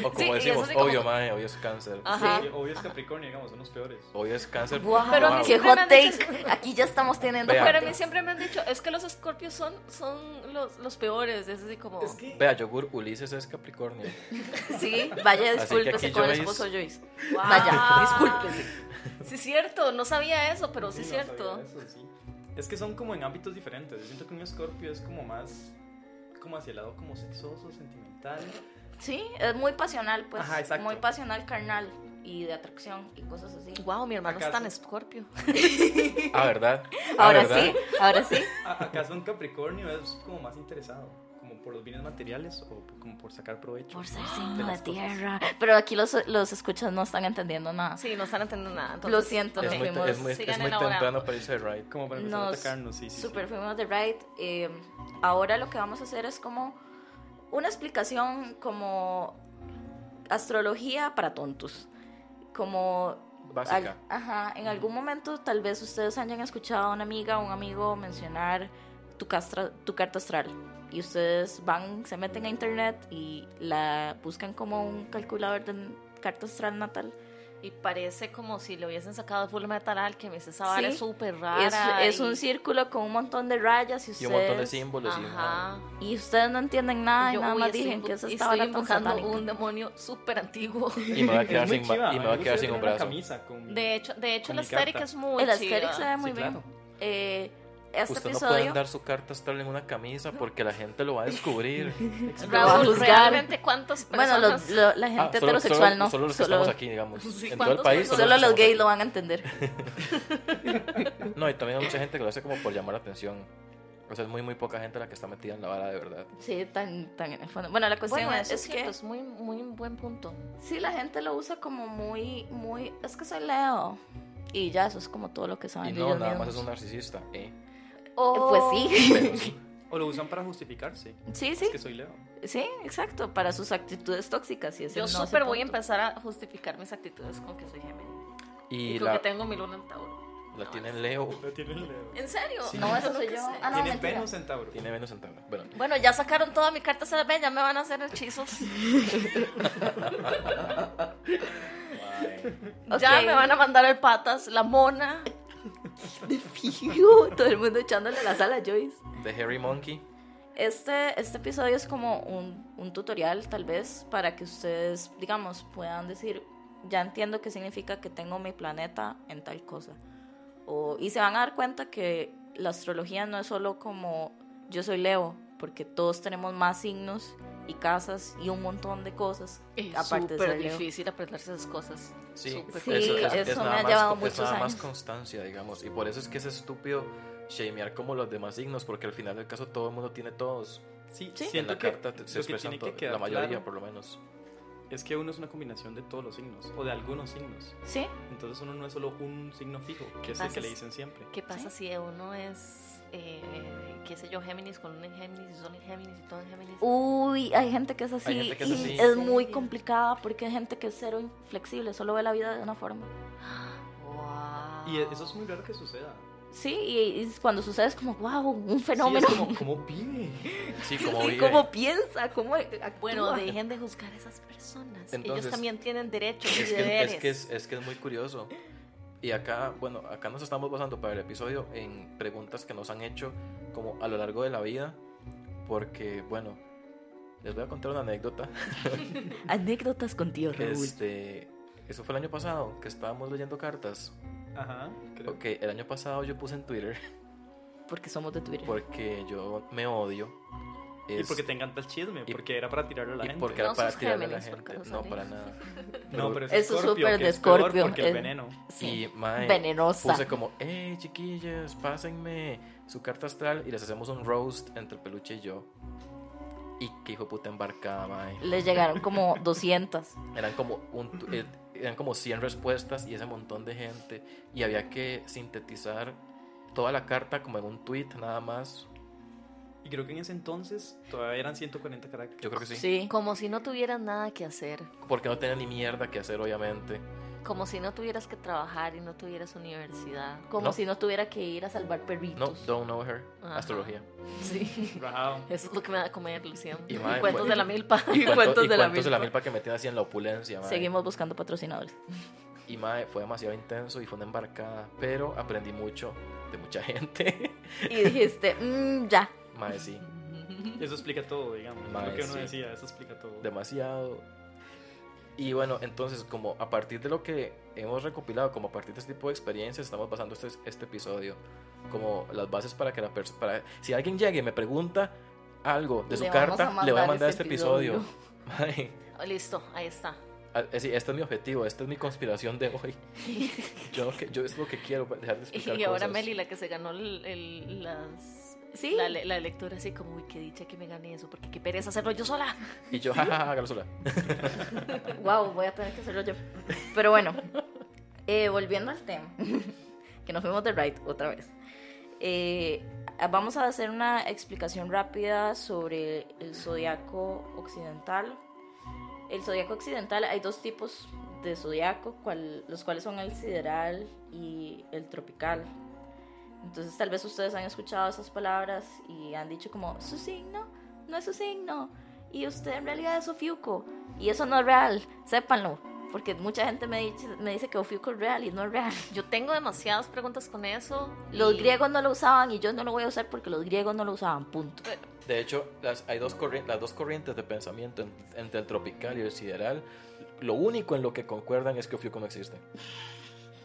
Speaker 2: O como
Speaker 4: Sí, y
Speaker 2: decimos,
Speaker 4: es así como- Ah.
Speaker 2: obvio, mae, obvio es cáncer.
Speaker 4: Ajá.
Speaker 3: Sí, obvio es Capricornio, digamos, son los peores.
Speaker 2: Obvio es cáncer.
Speaker 1: Ah, Wow,
Speaker 4: Pero a mí
Speaker 2: Wow.
Speaker 1: qué
Speaker 4: siempre
Speaker 1: hot
Speaker 4: me han
Speaker 1: take.
Speaker 4: dicho-
Speaker 1: Aquí ya estamos teniendo
Speaker 2: Vean.
Speaker 4: Pero a
Speaker 1: hot
Speaker 4: mí
Speaker 1: takes.
Speaker 4: siempre me han dicho, es que los escorpios son, son los, los peores. Es así como.
Speaker 3: Es que
Speaker 2: Vea, yogur, Ulises es Capricornio.
Speaker 1: Sí, vaya,
Speaker 2: Así que
Speaker 1: discúlpese
Speaker 2: aquí
Speaker 1: con el
Speaker 2: Joyce-
Speaker 1: esposo Joyce.
Speaker 4: ¡guau!
Speaker 1: Vaya, discúlpese.
Speaker 4: Sí, es cierto, no sabía eso, pero sí,
Speaker 3: Sí,
Speaker 4: es
Speaker 3: no
Speaker 4: cierto.
Speaker 3: sabía eso, sí. Es que son como en ámbitos diferentes. Yo siento que un escorpio es como más como hacia el lado como sexoso, sentimental.
Speaker 1: Sí, es muy pasional, pues.
Speaker 3: Ajá, exacto.
Speaker 1: Muy pasional, carnal y de atracción y cosas así.
Speaker 4: Wow, mi hermano es
Speaker 3: ¿Acaso?
Speaker 4: tan escorpio.
Speaker 2: Ah, ¿verdad? Ah,
Speaker 1: Ahora
Speaker 2: ¿verdad?
Speaker 1: sí, ahora sí.
Speaker 3: A- Acaso un capricornio es como más interesado, como por los bienes materiales o por- como por sacar provecho.
Speaker 1: Por ser signo de
Speaker 3: las cosas.
Speaker 1: tierra. Pero aquí los, los escuchas no están entendiendo nada.
Speaker 4: Sí, no están entendiendo nada. entonces-
Speaker 1: Lo siento,
Speaker 2: Es
Speaker 1: nos
Speaker 2: muy,
Speaker 1: fuimos
Speaker 2: es muy-
Speaker 4: sigan
Speaker 2: es muy
Speaker 4: elaborando.
Speaker 2: temprano para irse de ride.
Speaker 3: Como para empezar
Speaker 1: Nos-
Speaker 3: a atacarnos, sí, sí. sí.
Speaker 1: super fuimos de right. Eh, ahora lo que vamos a hacer es como una explicación como astrología para tontos. Como
Speaker 2: Básica.
Speaker 1: al- ajá, en algún momento tal vez ustedes hayan escuchado a una amiga o un amigo mencionar tu, castra- tu carta astral y ustedes van, se meten a internet y la buscan como un calculador de carta astral natal.
Speaker 4: Y parece como si le hubiesen sacado Full Metal Alchemist. Esa vara
Speaker 1: Sí.
Speaker 4: es súper
Speaker 1: Es,
Speaker 4: rara.
Speaker 1: es un
Speaker 4: y-
Speaker 1: círculo con un montón de rayas y ustedes...
Speaker 2: Y un montón de símbolos. y-
Speaker 4: Ajá.
Speaker 1: Y ustedes no entienden nada y
Speaker 4: Yo,
Speaker 1: nada
Speaker 4: uy,
Speaker 1: más
Speaker 4: estoy
Speaker 1: dicen
Speaker 4: invo-
Speaker 1: que eso
Speaker 4: y
Speaker 1: estaba
Speaker 4: Estoy
Speaker 1: la
Speaker 4: invocando
Speaker 1: satánica.
Speaker 4: un demonio súper antiguo.
Speaker 2: Y me va a quedar
Speaker 3: Es muy
Speaker 2: sin, ba-
Speaker 3: chiva,
Speaker 2: y me va a
Speaker 3: yo
Speaker 2: quedar
Speaker 3: sí
Speaker 2: sin
Speaker 3: voy
Speaker 2: un
Speaker 3: a
Speaker 2: brazo.
Speaker 3: tener una camisa con-
Speaker 4: De hecho, de hecho
Speaker 3: Con
Speaker 4: el
Speaker 3: mi carta.
Speaker 4: Asterix es muy
Speaker 1: El Asterix se
Speaker 4: chiva.
Speaker 1: ve muy
Speaker 3: Sí,
Speaker 1: bien.
Speaker 3: claro.
Speaker 1: Eh, este
Speaker 2: Usted no puede
Speaker 1: episodio.
Speaker 2: andar su carta astral en una camisa porque la gente lo va a descubrir.
Speaker 1: va a
Speaker 4: Raúl,
Speaker 1: juzgar.
Speaker 4: realmente cuántas
Speaker 1: bueno,
Speaker 4: personas...
Speaker 1: lo- lo- la gente
Speaker 2: Ah, solo-
Speaker 1: heterosexual
Speaker 2: solo-
Speaker 1: no.
Speaker 2: Solo los que estamos aquí, digamos.
Speaker 4: Sí,
Speaker 2: en todo el
Speaker 4: ¿cuántos
Speaker 2: país.
Speaker 4: son?
Speaker 1: solo
Speaker 2: que
Speaker 1: los
Speaker 2: estamos
Speaker 1: gays
Speaker 2: aquí.
Speaker 1: lo van a entender.
Speaker 2: No, y también hay mucha gente que lo hace como por llamar la atención. O sea, es muy, muy poca gente la que está metida en la vara de verdad.
Speaker 1: Sí, tan, tan en el fondo. Bueno, la cuestión
Speaker 4: bueno,
Speaker 1: es,
Speaker 4: eso
Speaker 1: es
Speaker 4: es cierto,
Speaker 1: que
Speaker 4: es muy, muy buen punto.
Speaker 1: sí, la gente lo usa como muy, muy. Es que soy Leo. Y ya, eso es como todo lo que
Speaker 2: Y
Speaker 1: saben de
Speaker 2: no,
Speaker 1: ellos
Speaker 2: nada más
Speaker 1: mismos.
Speaker 2: es un narcisista. ¿eh?
Speaker 4: Oh,
Speaker 1: Eh, Pues sí.
Speaker 2: Pero sí.
Speaker 3: O lo usan para justificarse.
Speaker 1: Sí,
Speaker 3: Es
Speaker 1: sí.
Speaker 3: que soy Leo.
Speaker 1: Sí, exacto. Para sus actitudes tóxicas. Y ese
Speaker 4: Yo
Speaker 1: no se
Speaker 4: súper voy a
Speaker 1: punto.
Speaker 4: empezar a justificar mis actitudes con que soy Géminis. Y,
Speaker 2: Y
Speaker 4: con
Speaker 2: la,
Speaker 4: que tengo mi luna en Tauro.
Speaker 2: la tiene Leo.
Speaker 3: tienen Leo.
Speaker 4: ¿En serio?
Speaker 2: Sí.
Speaker 1: No, eso
Speaker 4: Yo
Speaker 1: soy
Speaker 4: qué
Speaker 1: yo.
Speaker 4: sé.
Speaker 1: Ah, no,
Speaker 3: Tienen
Speaker 1: mentira.
Speaker 3: Venus en Tauro.
Speaker 2: Tiene Venus en tabla. Bueno,
Speaker 4: Bueno, ya sacaron toda mi carta CB, ya me van a hacer hechizos. Ya
Speaker 1: Ok.
Speaker 4: me van a mandar el patas, la mona.
Speaker 1: Fiu, todo el mundo echándole la sala a Joyce.
Speaker 2: de Harry Monkey.
Speaker 1: Este, este episodio es como un, un tutorial, tal vez, para que ustedes, digamos, puedan decir, ya entiendo qué significa que tengo mi planeta en tal cosa. O- y se van a dar cuenta que la astrología no es solo como yo soy Leo, porque todos tenemos más signos y casas y un montón de cosas.
Speaker 4: Es
Speaker 1: aparte de
Speaker 4: súper
Speaker 1: ser Leo.
Speaker 4: difícil aprenderse esas cosas.
Speaker 2: Sí,
Speaker 4: Súper
Speaker 1: Sí,
Speaker 2: eso, es,
Speaker 4: complicado.
Speaker 2: es
Speaker 1: eso me
Speaker 2: nada
Speaker 1: ha
Speaker 2: más,
Speaker 1: llevado
Speaker 2: es
Speaker 1: muchos
Speaker 2: nada más
Speaker 1: años.
Speaker 2: constancia, digamos. Y por eso es que es estúpido shamear como los demás signos, porque al final del caso todo el mundo tiene todos.
Speaker 3: Sí,
Speaker 1: Sí.
Speaker 2: en
Speaker 3: siento
Speaker 2: la
Speaker 3: que
Speaker 2: carta te- se
Speaker 3: lo que
Speaker 2: expresan
Speaker 3: tiene que
Speaker 2: to-
Speaker 3: quedar
Speaker 2: la mayoría,
Speaker 3: claro
Speaker 2: por lo menos.
Speaker 3: es que uno es una combinación de todos los signos o de algunos signos.
Speaker 1: ¿Sí?
Speaker 3: Entonces uno no es solo un signo fijo, que es el
Speaker 1: Ah,
Speaker 4: pasa
Speaker 3: que le
Speaker 4: si-
Speaker 3: dicen siempre.
Speaker 4: ¿Qué pasa si uno es, eh, qué sé yo, Géminis con luna en Géminis y sol en Géminis y todo en Géminis?
Speaker 1: Uh. Uy, hay gente que es así
Speaker 2: gente que es
Speaker 1: y
Speaker 2: así.
Speaker 1: es muy
Speaker 4: Sí.
Speaker 1: complicada porque hay gente que es cero inflexible, solo ve la vida de una forma. Ah.
Speaker 4: Wow.
Speaker 3: Y e, eso es muy raro que suceda.
Speaker 1: Sí, y, y cuando sucede es como, wow, un
Speaker 3: Sí,
Speaker 1: fenómeno.
Speaker 3: es como, ¿cómo vive?
Speaker 1: Sí,
Speaker 2: Sí, como vive.
Speaker 1: ¿Cómo piensa? ¿Cómo actúa?
Speaker 4: Bueno, dejen de juzgar a esas personas.
Speaker 2: Entonces,
Speaker 4: Ellos también tienen derechos y
Speaker 2: Es que
Speaker 4: deberes.
Speaker 2: es, que es, es que es muy curioso. Y acá, bueno, acá nos estamos basando para el episodio en preguntas que nos han hecho como a lo largo de la vida, porque, bueno, les voy a contar una anécdota.
Speaker 1: Anécdotas con tío Raúl.
Speaker 2: Este, eso fue el año pasado, que estábamos leyendo cartas.
Speaker 3: Ajá, creo.
Speaker 2: Ok, el año pasado yo puse en Twitter,
Speaker 1: Porque somos de Twitter.
Speaker 2: porque yo me odio.
Speaker 3: Y
Speaker 2: es-
Speaker 3: porque te encanta el chisme,
Speaker 2: y-
Speaker 3: porque era para tirarle a la
Speaker 2: y
Speaker 3: gente.
Speaker 2: porque era
Speaker 4: No
Speaker 2: para
Speaker 4: sos
Speaker 2: tirarle a la
Speaker 4: Géminis,
Speaker 2: gente.
Speaker 4: porque lo
Speaker 2: No,
Speaker 4: sabía.
Speaker 2: para nada.
Speaker 3: No, pero es
Speaker 1: Eso es
Speaker 3: Scorpio,
Speaker 1: súper
Speaker 3: que
Speaker 1: de
Speaker 3: es peor
Speaker 1: Scorpio, eh.
Speaker 3: Porque el
Speaker 1: es-
Speaker 3: veneno.
Speaker 1: Sí.
Speaker 2: Y mae,
Speaker 1: Venenosa.
Speaker 2: puse como, hey chiquillas, pásenme su carta astral y les hacemos un roast entre el peluche y yo. Y qué hijo de puta embarcada, mae.
Speaker 1: Les llegaron como 200.
Speaker 2: Eran como, un, tu- eh, eran como 100 respuestas y ese montón de gente. Y había que sintetizar toda la carta como en un tweet nada más.
Speaker 3: Y creo que en ese entonces todavía eran 140 caracteres.
Speaker 2: Yo creo que sí.
Speaker 1: Sí.
Speaker 4: Como si no tuvieran nada que hacer.
Speaker 2: Porque no tenía ni mierda que hacer, obviamente.
Speaker 4: Como si no tuvieras que trabajar y no tuvieras universidad.
Speaker 1: Como
Speaker 2: No.
Speaker 1: si no tuviera que ir a salvar
Speaker 2: No,
Speaker 1: perritos.
Speaker 2: don't know her.
Speaker 4: Ajá.
Speaker 2: Astrología.
Speaker 4: Sí.
Speaker 3: Rajado.
Speaker 4: Eso es lo que me da a comer, Luciano.
Speaker 2: Y,
Speaker 4: Y,
Speaker 2: mae,
Speaker 4: cuentos
Speaker 2: bueno.
Speaker 4: de la milpa.
Speaker 1: Y
Speaker 2: Cuento-
Speaker 1: cuentos
Speaker 2: y
Speaker 1: de la
Speaker 2: cuentos de la
Speaker 1: milpa.
Speaker 2: milpa que metían así en la opulencia. mae.
Speaker 1: Seguimos buscando patrocinadores.
Speaker 2: Y mae, fue demasiado intenso y fue una embarcada, pero aprendí mucho de mucha gente.
Speaker 1: Y dijiste, "Mm, ya.
Speaker 2: mae, sí,
Speaker 3: Eso explica todo, digamos.
Speaker 2: Mae,
Speaker 3: lo que uno
Speaker 2: sí.
Speaker 3: decía, eso explica todo.
Speaker 2: demasiado. Y bueno, entonces, como a partir de lo que hemos recopilado, como a partir de este tipo de experiencias, estamos basando este, este episodio como las bases para que la persona. Para... Si alguien llegue y me pregunta algo de su
Speaker 1: Le vamos a
Speaker 2: carta, le voy a
Speaker 1: mandar
Speaker 2: mandar
Speaker 1: este
Speaker 2: este episodio. Mae,
Speaker 4: Listo, ahí está.
Speaker 2: a- es decir, este es mi objetivo, esta es mi conspiración de hoy. Yo, lo que- yo es lo que quiero pues, dejar de explicar.
Speaker 4: Y ahora
Speaker 2: cosas.
Speaker 4: Meli, la que se ganó el- el- las...
Speaker 1: Sí.
Speaker 4: La, le- la lectura así como, uy, qué dicha que me gané eso, porque qué pereza hacerlo yo sola.
Speaker 2: Y yo, jajaja, hágalo sola.
Speaker 1: Wow, voy a tener que hacerlo yo. Pero bueno, eh, volviendo al tema, que nos fuimos de right otra vez. Eh, vamos a hacer una explicación rápida sobre el zodiaco occidental. El zodiaco occidental hay dos tipos de zodiaco, cual- los cuales son el sideral y el tropical. Entonces tal vez ustedes han escuchado esas palabras y han dicho como su signo no es su signo y usted en realidad es Ofiuco y eso no es real, sépanlo, porque mucha gente me dice, me dice que Ofiuco es real y no es real.
Speaker 4: Yo tengo demasiadas preguntas con eso.
Speaker 1: Los
Speaker 4: y-
Speaker 1: griegos no lo usaban y yo no lo voy a usar porque los griegos no lo usaban, punto.
Speaker 2: De hecho, las, hay dos corri- las dos corrientes de pensamiento en- entre el tropical y el sideral. Lo único en lo que concuerdan es que Ofiuco no existe.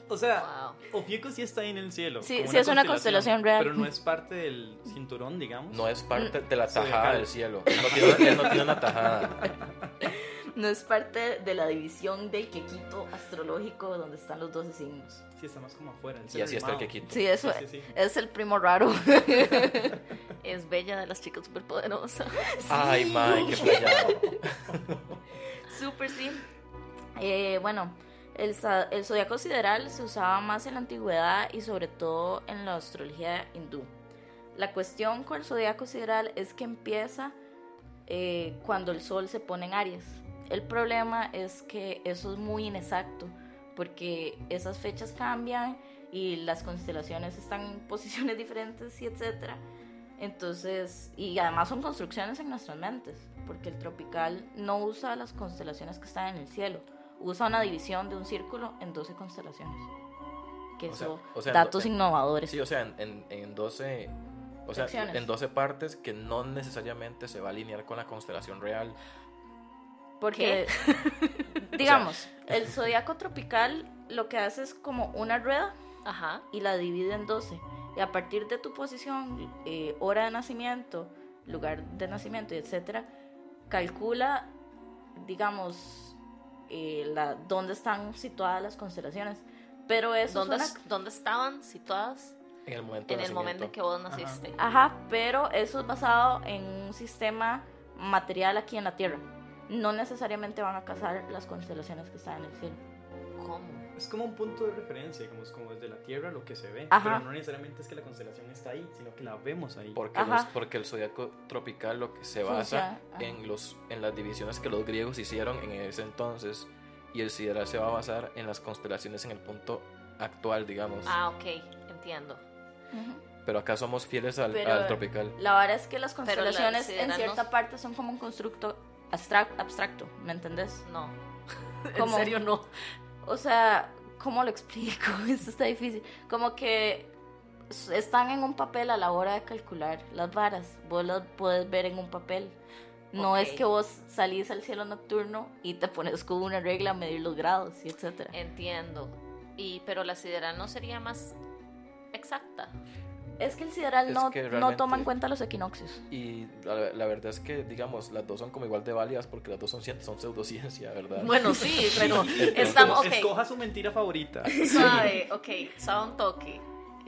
Speaker 3: O sea,
Speaker 4: Wow.
Speaker 3: Opieco sí está ahí en el cielo.
Speaker 1: Sí,
Speaker 3: como
Speaker 1: sí, es una constelación real.
Speaker 3: Pero no es parte del cinturón, digamos.
Speaker 2: No es parte de la tajada
Speaker 3: Zodiacal.
Speaker 2: del cielo. Él no tiene, él no tiene una tajada.
Speaker 1: No es parte de la división del quequito astrológico donde están los 12 signos.
Speaker 3: Sí, está más como afuera. el
Speaker 2: Y así está
Speaker 3: cielo
Speaker 2: el
Speaker 3: armado.
Speaker 2: quequito.
Speaker 1: Sí, eso
Speaker 3: Sí,
Speaker 1: es.
Speaker 3: sí, sí.
Speaker 1: Es el primo raro.
Speaker 4: Es bella de las chicas superpoderosas.
Speaker 2: Ay, mae, qué playado.
Speaker 1: Súper sí. Eh, bueno, el, sa- el zodiaco sideral se usaba más en la antigüedad y sobre todo en la astrología hindú. La cuestión con el zodiaco sideral es que empieza eh, cuando el sol se pone en Aries. El problema es que eso es muy inexacto porque esas fechas cambian y las constelaciones están en posiciones diferentes y etcétera. Entonces, y además son construcciones en nuestras mentes, porque el tropical no usa las constelaciones que están en el cielo, usa una división de un círculo en 12 constelaciones. Que
Speaker 2: O sea-
Speaker 1: eso,
Speaker 2: o sea, eh,
Speaker 1: datos
Speaker 2: en-
Speaker 1: innovadores.
Speaker 2: Sí, o sea, en, en, en 12... O sea,
Speaker 1: Secciones.
Speaker 2: en 12 partes que no necesariamente se va a alinear con la constelación real.
Speaker 1: Porque, digamos, el zodiaco tropical lo que hace es como una rueda
Speaker 4: Ajá.
Speaker 1: y la divide en 12. Y a partir de tu posición, eh, hora de nacimiento, lugar de nacimiento, y etcétera, calcula, digamos, eh, la, dónde están situadas las constelaciones. Pero eso
Speaker 4: ¿Dónde,
Speaker 1: suena-
Speaker 4: dónde estaban situadas
Speaker 2: En el momento
Speaker 4: en
Speaker 2: de
Speaker 4: el momento que vos naciste?
Speaker 1: Ajá, pero eso es basado en un sistema material aquí en la Tierra. No necesariamente van a casar las constelaciones que están en el cielo.
Speaker 4: ¿Cómo?
Speaker 3: Es como un punto de referencia, como es como desde la Tierra lo que se ve.
Speaker 1: Ajá.
Speaker 3: Pero no necesariamente es que la constelación está ahí, sino que la vemos ahí.
Speaker 2: Porque,
Speaker 1: Ajá.
Speaker 2: los- porque el zodiaco tropical lo que se basa
Speaker 1: Funciona, ajá.
Speaker 2: en, los, en las divisiones que los griegos hicieron en ese entonces y el sideral se va a basar en las constelaciones en el punto actual, digamos.
Speaker 4: Ah, ok, entiendo.
Speaker 2: Pero acá somos fieles al,
Speaker 1: Pero-
Speaker 2: al tropical.
Speaker 1: La verdad es que las
Speaker 4: la
Speaker 1: constelaciones en
Speaker 4: ansiedad
Speaker 1: cierta
Speaker 4: nos-
Speaker 1: parte son como un constructo abstrac- abstracto, ¿me entendés?
Speaker 4: No.
Speaker 1: ¿Cómo?
Speaker 4: En serio, no.
Speaker 1: O sea, ¿cómo lo explico? Esto está difícil. Como que s- están en un papel a la hora de calcular las varas. Vos las puedes ver en un papel. No
Speaker 4: Ok.
Speaker 1: es que vos salís al cielo nocturno y te pones con una regla a medir los grados y etcétera.
Speaker 4: Eh, Entiendo. Y, pero la sideral no sería más exacta.
Speaker 1: Es que el sideral
Speaker 2: Es
Speaker 1: no,
Speaker 2: que
Speaker 1: no toma
Speaker 2: realmente-
Speaker 1: en cuenta los equinoccios.
Speaker 2: Y la, la verdad es que, digamos, las dos son como igual de válidas porque las dos son, cien- son pseudociencia, ¿verdad?
Speaker 4: Bueno, sí, pero
Speaker 2: estamos-
Speaker 4: estamos. Ok,
Speaker 3: Escoja su mentira favorita.
Speaker 4: suave, ok, suave un toque.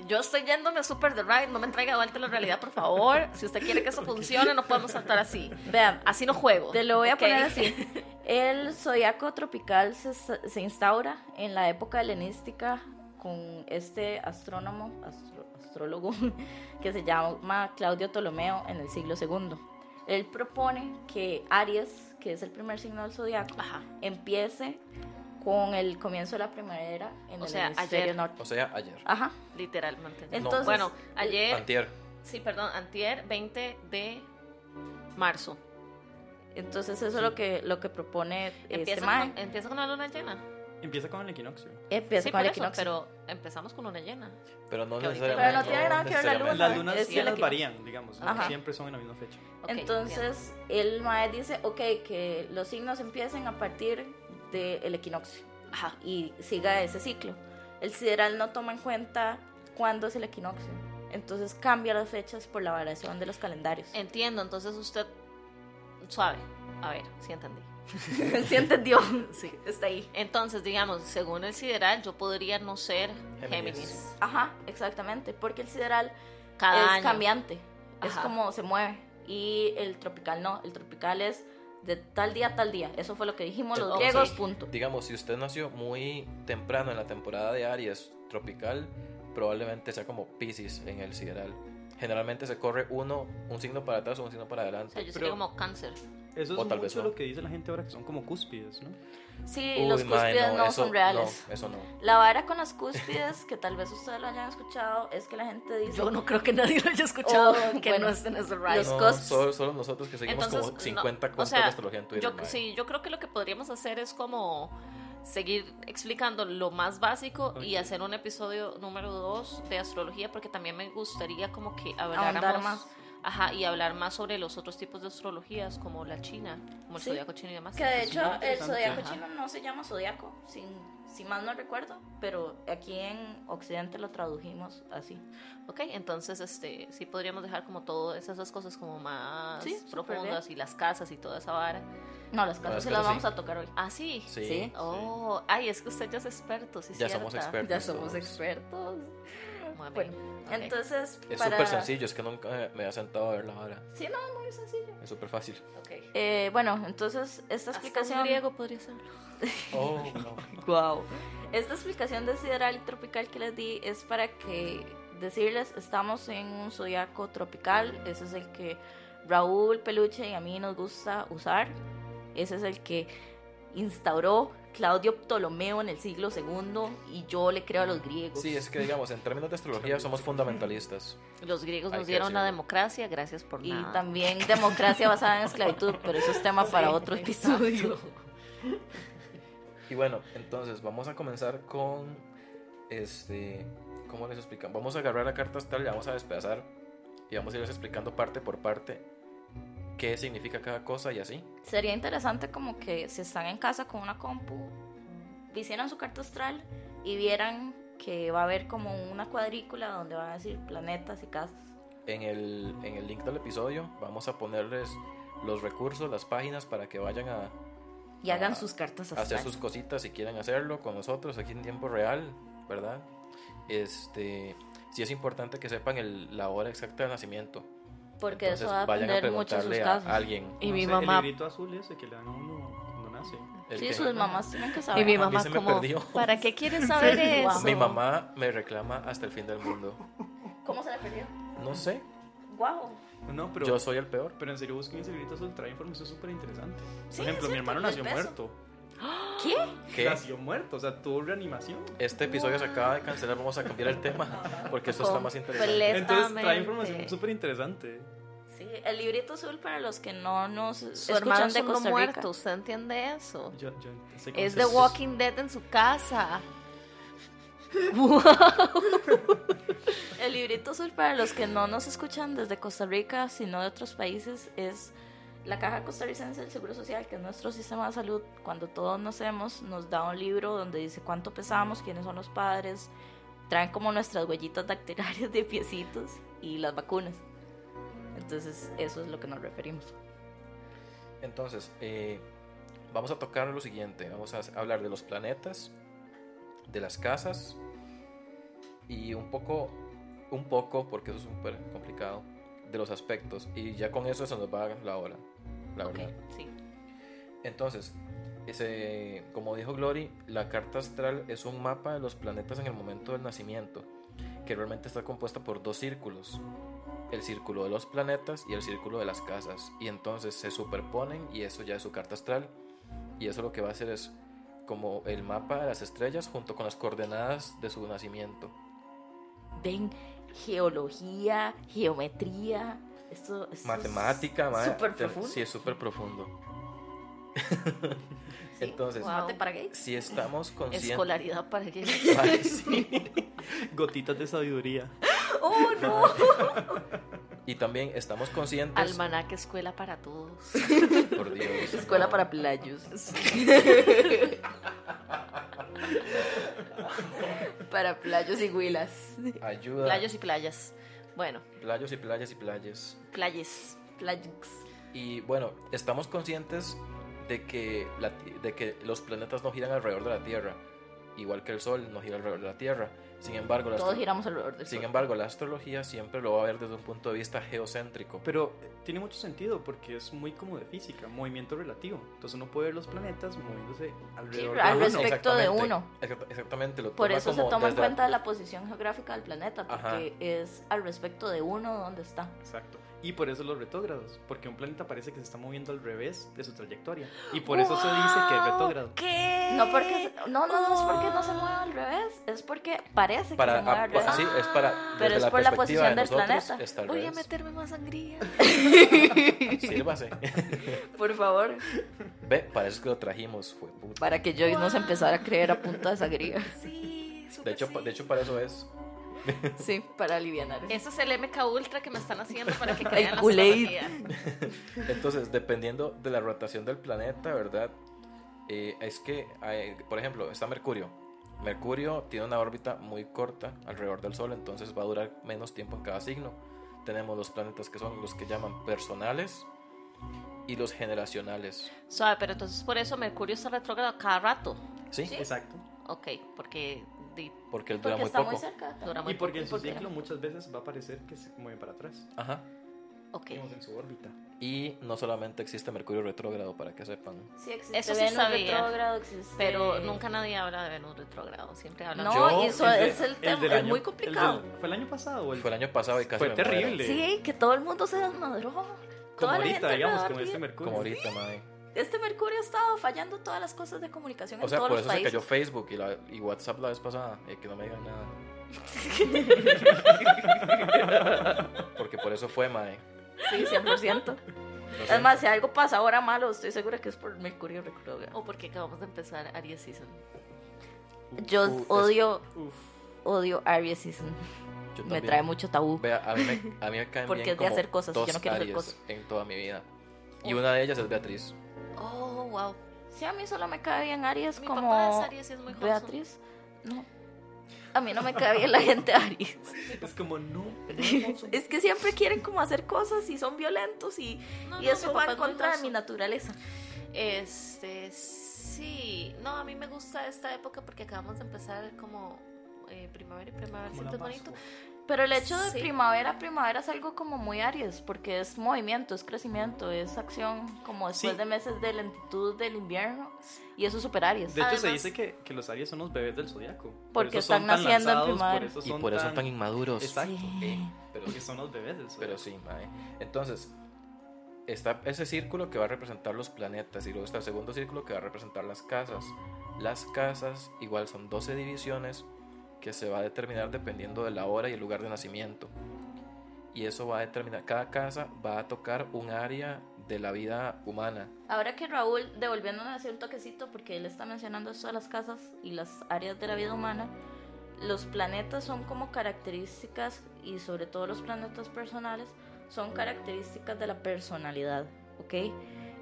Speaker 4: Yo estoy yéndome super de ride, no me traiga de vuelta a la realidad, por favor. Si usted quiere que eso funcione, no podemos saltar así.
Speaker 1: Vean,
Speaker 4: Así no juego.
Speaker 1: Te lo voy a
Speaker 4: Ok.
Speaker 1: poner así. El zodiaco tropical se, se instaura en la época helenística con este astrónomo, astro- astrólogo, que se llama Claudio Ptolomeo en el siglo II. Él propone que Aries, que es el primer signo del zodiaco,
Speaker 4: Ajá.
Speaker 1: empiece con el comienzo de la primavera en
Speaker 4: O
Speaker 1: el
Speaker 4: sea,
Speaker 1: hemisferio
Speaker 4: ayer.
Speaker 1: norte.
Speaker 2: O sea, ayer.
Speaker 1: Ajá.
Speaker 4: literalmente.
Speaker 1: Entonces,
Speaker 4: bueno, ayer,
Speaker 2: Antier.
Speaker 4: sí, perdón, antier 20 de marzo.
Speaker 1: entonces eso es lo que, lo que propone este
Speaker 4: Empieza,
Speaker 1: mae.
Speaker 4: con, empieza con la luna llena.
Speaker 3: Empieza con el equinoccio.
Speaker 1: Empieza
Speaker 4: sí,
Speaker 1: con
Speaker 4: por
Speaker 1: el
Speaker 4: eso,
Speaker 1: equinoccio.
Speaker 4: pero empezamos con luna llena.
Speaker 2: Pero no
Speaker 4: Que ahorita-
Speaker 2: necesariamente.
Speaker 4: Pero no
Speaker 1: nada que ver
Speaker 4: tiene
Speaker 1: la
Speaker 2: necesariamente.
Speaker 1: luna.
Speaker 3: Las lunas
Speaker 1: es el
Speaker 3: llenas
Speaker 1: equinoccio.
Speaker 3: varían, digamos. no
Speaker 1: Ajá.
Speaker 3: Siempre son en la misma fecha.
Speaker 4: Ok,
Speaker 1: Entonces, el mae dice, ok, que los signos empiecen a partir del equinoccio
Speaker 4: entiendo. Ajá.
Speaker 1: y siga ese ciclo. El sideral no toma en cuenta cuándo es el equinoccio. Entonces cambia las fechas por la variación de los calendarios.
Speaker 4: Entiendo, entonces usted. Suave. A ver, sí entendí.
Speaker 1: ¿Sí entendió? Sí, está ahí.
Speaker 4: Entonces, digamos, según el sideral, yo podría no ser
Speaker 2: Géminis.
Speaker 4: Géminis.
Speaker 1: Ajá, exactamente, porque el sideral
Speaker 4: Cada
Speaker 1: es
Speaker 4: año.
Speaker 1: cambiante, es
Speaker 4: Ajá.
Speaker 1: como se mueve. Y el tropical no, el tropical es de tal día a tal día. Eso fue lo que dijimos los
Speaker 2: Entonces,
Speaker 1: griegos, punto.
Speaker 2: Digamos, si usted nació muy temprano en la temporada de Aries tropical, probablemente sea como Pisces en el sideral. Generalmente se corre uno, un signo para atrás o un signo para
Speaker 4: O sea,
Speaker 2: adelante.
Speaker 4: yo
Speaker 3: Pero-
Speaker 4: sería como cáncer.
Speaker 3: Eso
Speaker 2: O
Speaker 3: es
Speaker 2: tal
Speaker 3: mucho
Speaker 2: vez no.
Speaker 3: lo que dice la gente ahora, que son como cúspides, ¿no?
Speaker 1: Sí,
Speaker 4: "Eh,
Speaker 2: Uy,
Speaker 1: los
Speaker 2: mae,
Speaker 1: cúspides no,
Speaker 2: eso
Speaker 1: son reales.
Speaker 2: No, eso no.
Speaker 1: La vara con las cúspides, que tal vez ustedes lo hayan escuchado, es que la gente dice...
Speaker 4: Yo no creo que nadie lo haya escuchado
Speaker 1: Oh,
Speaker 4: que
Speaker 1: bueno.
Speaker 4: no esté en ese radio.
Speaker 1: Los
Speaker 2: No,
Speaker 1: cusps.
Speaker 2: solo, solo nosotros que seguimos como
Speaker 4: no,
Speaker 2: 50
Speaker 4: o
Speaker 2: cuentas
Speaker 4: sea,
Speaker 2: de astrología en Twitter.
Speaker 4: yo-
Speaker 2: mae.
Speaker 4: sí, yo creo que lo que podríamos hacer es como seguir explicando lo más básico y
Speaker 3: Ok.
Speaker 4: hacer un episodio número 2 de astrología porque también me gustaría como que
Speaker 1: Ahondar
Speaker 4: habláramos
Speaker 1: más.
Speaker 4: ajá y hablar más sobre los otros tipos de astrologías como la china como el
Speaker 1: Sí.
Speaker 4: zodiaco chino y demás
Speaker 1: Que de
Speaker 3: Es
Speaker 1: hecho
Speaker 3: Pues muy
Speaker 1: el
Speaker 3: interesante.
Speaker 1: zodiaco
Speaker 4: Ajá.
Speaker 1: chino no se llama zodiaco, si, si mal no recuerdo, pero aquí en Occidente lo tradujimos así.
Speaker 4: Ok, entonces este, sí podríamos dejar como todas esas cosas como más
Speaker 1: Sí, súper
Speaker 4: profundas y las casas y toda esa vara.
Speaker 1: No, las casas
Speaker 2: las
Speaker 1: se las
Speaker 2: casas
Speaker 1: vamos
Speaker 2: sí.
Speaker 1: a tocar hoy.
Speaker 4: Ah, sí.
Speaker 2: Sí.
Speaker 1: Sí.
Speaker 4: Oh, ay, es que usted ya es experto, sí,
Speaker 2: Ya somos
Speaker 4: cierta.
Speaker 2: expertos.
Speaker 1: Ya somos
Speaker 2: todos.
Speaker 1: expertos.
Speaker 4: Muy
Speaker 1: Bueno,
Speaker 4: bien, ok.
Speaker 1: entonces
Speaker 2: Es
Speaker 1: para-
Speaker 2: súper sencillo, es que nunca eh, me había sentado a ver la hora.
Speaker 1: Sí, no, es muy sencillo.
Speaker 2: Es súper fácil.
Speaker 4: Ok.
Speaker 1: Eh, bueno, entonces esta
Speaker 4: Hasta un
Speaker 1: explicación...
Speaker 4: griego podría serlo.
Speaker 2: Oh, no.
Speaker 1: Wow. Esta explicación de sideral y tropical que les di es para que decirles estamos en un zodiaco tropical. Ese es el que Raúl Peluche y a mí nos gusta usar. Ese es el que instauró Claudio Ptolomeo en el siglo II y yo le creo a los griegos.
Speaker 2: Sí, es que digamos, en términos de astrología somos fundamentalistas.
Speaker 4: Los griegos
Speaker 2: Hay
Speaker 4: nos
Speaker 2: que
Speaker 4: dieron la
Speaker 2: decirlo.
Speaker 4: democracia, gracias por
Speaker 1: Y
Speaker 4: nada.
Speaker 1: también democracia basada en esclavitud, pero eso es tema para
Speaker 4: Sí,
Speaker 1: otro
Speaker 4: exacto.
Speaker 1: episodio.
Speaker 2: Y bueno, entonces vamos a comenzar con este. ¿Cómo les explican? Vamos a agarrar la carta astral y la vamos a despedazar. Y vamos a irles explicando parte por parte qué significa cada cosa y así.
Speaker 1: Sería interesante como que si están en casa con una compu, hicieran su carta astral y vieran que va a haber como una cuadrícula donde van a decir planetas y casas.
Speaker 2: En el, en el link del episodio vamos a ponerles los recursos, las páginas para que vayan a
Speaker 1: Y hagan
Speaker 2: Ah,
Speaker 1: sus cartas
Speaker 2: hacer
Speaker 1: astrales.
Speaker 2: sus cositas si quieren hacerlo con nosotros aquí en tiempo real, ¿verdad? Este. Sí es importante que sepan el- la hora exacta de nacimiento.
Speaker 1: Porque
Speaker 2: Entonces,
Speaker 1: eso va a
Speaker 2: vayan a
Speaker 1: depender mucho de sus
Speaker 2: preguntarle a,
Speaker 1: casos.
Speaker 2: a alguien.
Speaker 4: Y
Speaker 3: No
Speaker 4: mi
Speaker 3: sé,
Speaker 4: mamá-
Speaker 3: El librito azul ese que le dan a uno cuando nace.
Speaker 2: el
Speaker 1: Sí,
Speaker 2: que-
Speaker 1: sus mamás tienen que
Speaker 4: Y
Speaker 1: saber.
Speaker 4: mi
Speaker 2: A mí
Speaker 4: mamá
Speaker 2: se me
Speaker 4: como,
Speaker 2: perdió.
Speaker 4: ¿para qué quieres saber
Speaker 1: Wow.
Speaker 4: eso?
Speaker 2: Mi mamá me reclama hasta el fin del mundo.
Speaker 1: ¿Cómo se le perdió?
Speaker 2: No sé,
Speaker 1: ¡Wow!
Speaker 3: No, pero,
Speaker 2: yo soy el peor.
Speaker 3: pero en serio busquen ese librito azul, trae información súper interesante. Por
Speaker 1: Sí,
Speaker 3: ejemplo,
Speaker 1: es cierto,
Speaker 3: mi hermano
Speaker 1: el
Speaker 3: nació
Speaker 1: beso.
Speaker 3: muerto.
Speaker 1: ¿Qué?
Speaker 2: ¿Qué?
Speaker 3: Nació muerto, o sea, tuvo reanimación.
Speaker 2: Este episodio se acaba de cancelar, vamos a cambiar el tema porque esto está más interesante.
Speaker 1: Completo.
Speaker 3: Entonces trae
Speaker 4: Exactamente.
Speaker 3: información súper interesante.
Speaker 1: Sí, el librito azul para los que no nos
Speaker 4: Su hermano
Speaker 1: escuchan
Speaker 4: es
Speaker 1: de
Speaker 4: uno
Speaker 1: Costa Rica.
Speaker 4: muerto, ¿usted entiende eso?
Speaker 3: Yo, yo sé cómo
Speaker 4: Es
Speaker 3: se-
Speaker 4: The Walking Dead en su casa.
Speaker 1: El librito azul para los que no nos escuchan desde Costa Rica, sino de otros países, es la Caja Costarricense del Seguro Social, que es nuestro sistema de salud. Cuando todos nacemos, nos da un libro donde dice cuánto pesamos, quiénes son los padres, traen como nuestras huellitas dactilarias de piecitos y las vacunas. Entonces, eso es lo que nos referimos.
Speaker 2: Entonces, eh, vamos a tocar lo siguiente, vamos a hablar de los planetas, de las casas y un poco, un poco, porque eso es súper complicado, de los aspectos. Y ya con eso se nos va la hora, la
Speaker 4: Ok,
Speaker 2: verdad.
Speaker 4: sí.
Speaker 2: Entonces, ese, como dijo Glory, la carta astral es un mapa de los planetas en el momento del nacimiento, que realmente está compuesta por dos círculos, el círculo de los planetas y el círculo de las casas, y entonces se superponen y eso ya es su carta astral, y eso lo que va a hacer es como el mapa de las estrellas junto con las coordenadas de su nacimiento.
Speaker 1: Ven, geología, geometría, esto, esto es
Speaker 2: Matemática, mae,
Speaker 1: súper
Speaker 2: te-
Speaker 1: profundo.
Speaker 2: Sí, es súper profundo.
Speaker 1: Sí,
Speaker 2: Entonces,
Speaker 4: wow.
Speaker 1: mate para gays.
Speaker 2: si estamos conscientes...
Speaker 4: Escolaridad para que
Speaker 2: Mae, sí.
Speaker 3: Gotitas de sabiduría.
Speaker 4: ¡Oh, no!
Speaker 2: Y también estamos conscientes...
Speaker 4: Almanaque Escuela para Todos.
Speaker 2: Por Dios,
Speaker 1: Escuela
Speaker 2: no.
Speaker 1: para playos. para playos y huilas.
Speaker 2: Ayuda.
Speaker 4: Playos y playas. Bueno,
Speaker 2: Playos y playas y playas.
Speaker 4: playas.
Speaker 1: Playos.
Speaker 2: Y bueno, estamos conscientes de que, la ti- de que los planetas no giran alrededor de la Tierra, igual que el Sol no gira alrededor de la Tierra. Sin embargo, la,
Speaker 1: Todos
Speaker 2: astro-
Speaker 1: giramos alrededor del
Speaker 2: sin
Speaker 1: sol.
Speaker 2: embargo, la astrología siempre lo va a ver desde un punto de vista geocéntrico.
Speaker 3: Pero eh, tiene mucho sentido porque es muy como de física, movimiento relativo. Entonces uno puede ver los planetas moviéndose alrededor
Speaker 1: al
Speaker 3: de uno.
Speaker 1: respecto- de
Speaker 2: Exactamente.
Speaker 1: uno.
Speaker 2: Exacta- Exactamente, lo
Speaker 1: Por
Speaker 2: toma
Speaker 1: eso se
Speaker 2: como
Speaker 1: toma en
Speaker 2: desde la-
Speaker 1: cuenta la posición geográfica del planeta,
Speaker 2: Ajá.
Speaker 1: porque es al respecto de uno donde está.
Speaker 3: Exacto. Y por eso los retógrados, porque un planeta parece que se está moviendo al revés de su trayectoria. Y por eso se dice que es retógrado.
Speaker 4: ¿Qué?
Speaker 1: No, porque, no, no, no es porque no se mueve al revés, es porque parece que
Speaker 2: para,
Speaker 1: se mueve
Speaker 2: a-
Speaker 1: al revés.
Speaker 2: pa- sí, es para.
Speaker 1: Pero
Speaker 2: desde
Speaker 1: es
Speaker 2: la
Speaker 1: por la
Speaker 2: perspectiva
Speaker 1: posición del
Speaker 2: de nosotros,
Speaker 1: planeta.
Speaker 2: está al
Speaker 4: Voy a
Speaker 2: revés.
Speaker 4: meterme más sangría.
Speaker 2: Sírvase.
Speaker 1: Ah, Por favor,
Speaker 2: Ve, parece que lo trajimos, fue
Speaker 1: para que Joyce nos empezara a creer a punta de sangría.
Speaker 4: Sí,
Speaker 2: De
Speaker 4: súper
Speaker 2: hecho,
Speaker 4: sí.
Speaker 2: pa- de hecho, para eso es.
Speaker 1: Sí, para aliviar.
Speaker 4: Ese es el MK Ultra que me están haciendo para que
Speaker 1: El
Speaker 4: crean la
Speaker 1: Kool-Aid.
Speaker 4: astrología.
Speaker 2: Entonces, dependiendo de la rotación del planeta, ¿verdad? Eh, es que, hay- por ejemplo, está Mercurio. Mercurio tiene una órbita muy corta alrededor del Sol, entonces va a durar menos tiempo en cada signo. Tenemos los planetas que son los que llaman personales y los generacionales.
Speaker 4: Suave, pero entonces por eso Mercurio está retrógrado cada rato.
Speaker 2: ¿Sí?
Speaker 3: Exacto.
Speaker 1: Ah,
Speaker 4: Ok, porque di-
Speaker 2: Porque él dura
Speaker 1: Porque
Speaker 2: muy
Speaker 1: está
Speaker 2: poco.
Speaker 1: muy cerca.
Speaker 4: dura muy
Speaker 3: Y porque
Speaker 4: poco.
Speaker 3: en su
Speaker 4: Porque-
Speaker 3: ciclo muchas veces va a parecer que se mueve para atrás.
Speaker 2: Ajá.
Speaker 4: Ok.
Speaker 3: Digamos, en su órbita.
Speaker 2: Y no solamente existe Mercurio retrógrado, para que sepan.
Speaker 1: Sí, existe
Speaker 4: Eso sí
Speaker 1: Venus
Speaker 4: sabía,
Speaker 1: retrógrado, existe-
Speaker 4: Pero
Speaker 3: Eh,
Speaker 4: nunca nadie habla de Venus retrógrado. Siempre hablan
Speaker 1: No,
Speaker 4: de
Speaker 2: Yo-
Speaker 1: y eso
Speaker 3: El de-
Speaker 1: es el tema,
Speaker 3: del
Speaker 1: es
Speaker 3: año-
Speaker 1: muy
Speaker 3: el
Speaker 1: complicado.
Speaker 3: del- ¿Fue el año pasado o el-
Speaker 2: Fue el año pasado y casi
Speaker 3: Fue
Speaker 2: me muero.
Speaker 3: terrible.
Speaker 1: Sí, que todo el mundo se desmadró.
Speaker 3: Como
Speaker 1: Toda la
Speaker 3: ahorita,
Speaker 1: gente
Speaker 3: digamos,
Speaker 1: alrededor
Speaker 3: como este
Speaker 1: mío.
Speaker 3: Mercurio.
Speaker 2: Como ahorita, mae.
Speaker 1: Este Mercurio ha estado fallando todas las cosas de comunicación
Speaker 2: O sea,
Speaker 1: en todos
Speaker 2: por
Speaker 1: los
Speaker 2: eso se
Speaker 1: países.
Speaker 2: cayó Facebook y, la- y WhatsApp la vez pasada. eh, que no me digan nada. Porque por eso fue, mae.
Speaker 1: Sí, 100%.
Speaker 2: Lo siento.
Speaker 1: Además, si algo pasa ahora malo, estoy segura que es por Mercurio retrógrado.
Speaker 4: O porque acabamos de empezar Aries Season.
Speaker 1: Yo
Speaker 2: Uh, es-
Speaker 1: odio,
Speaker 3: Uf.
Speaker 1: odio Aries Season.
Speaker 2: Yo
Speaker 1: Me
Speaker 2: también.
Speaker 1: trae mucho tabú.
Speaker 2: Vea, a mí me, a mí me caen
Speaker 1: Porque
Speaker 2: bien
Speaker 1: es de
Speaker 2: como
Speaker 1: hacer cosas y yo
Speaker 2: dos
Speaker 1: no quiero hacer
Speaker 2: Aries
Speaker 1: cosas.
Speaker 2: en toda mi vida. Y
Speaker 4: Uf.
Speaker 2: una de ellas es Beatriz.
Speaker 4: Oh, wow.
Speaker 1: Sí, a mí solo me cae bien Aries
Speaker 4: Mi
Speaker 1: como
Speaker 4: papá es Aries y es muy wholesome.
Speaker 1: Beatriz. No. A mí no me cae bien la gente Aries.
Speaker 3: Es como no.
Speaker 1: es que siempre quieren como hacer cosas y son violentos y,
Speaker 4: No,
Speaker 1: y
Speaker 4: no,
Speaker 1: eso
Speaker 4: mi
Speaker 1: va
Speaker 4: papá
Speaker 1: en
Speaker 4: es muy
Speaker 1: contra de mi
Speaker 4: wholesome.
Speaker 1: naturaleza.
Speaker 4: Este, sí. No, a mí me gusta esta época porque acabamos de empezar como eh, primavera y primavera.
Speaker 3: como la
Speaker 4: Siento bonito.
Speaker 3: Pascua.
Speaker 1: Pero el hecho de
Speaker 4: Sí.
Speaker 1: primavera, primavera es algo como muy Aries, porque es movimiento, es crecimiento, es acción, como después
Speaker 3: Sí.
Speaker 1: de meses de lentitud del invierno, y eso es super Aries.
Speaker 3: De hecho, se
Speaker 4: Además-
Speaker 3: dice que, que los Aries son los bebés del zodiaco.
Speaker 1: Porque están naciendo en primavera.
Speaker 3: eso
Speaker 2: Y por eso son tan inmaduros.
Speaker 3: Exacto.
Speaker 2: Eh, pero,
Speaker 3: Porque son los bebés del
Speaker 2: pero sí,
Speaker 3: zodiaco.
Speaker 2: mae. Entonces, está ese círculo que va a representar los planetas y luego está el segundo círculo que va a representar las casas. Las casas igual son 12 divisiones que se va a determinar dependiendo de la hora y el lugar de nacimiento. Y eso va a determinar, cada casa va a tocar un área de la vida humana.
Speaker 1: Ahora que Raúl, devolviéndome hace un toquecito, porque él está mencionando esto de las casas y las áreas de la vida humana, los planetas son como características, y sobre todo los planetas personales, son características de la personalidad, ¿ok?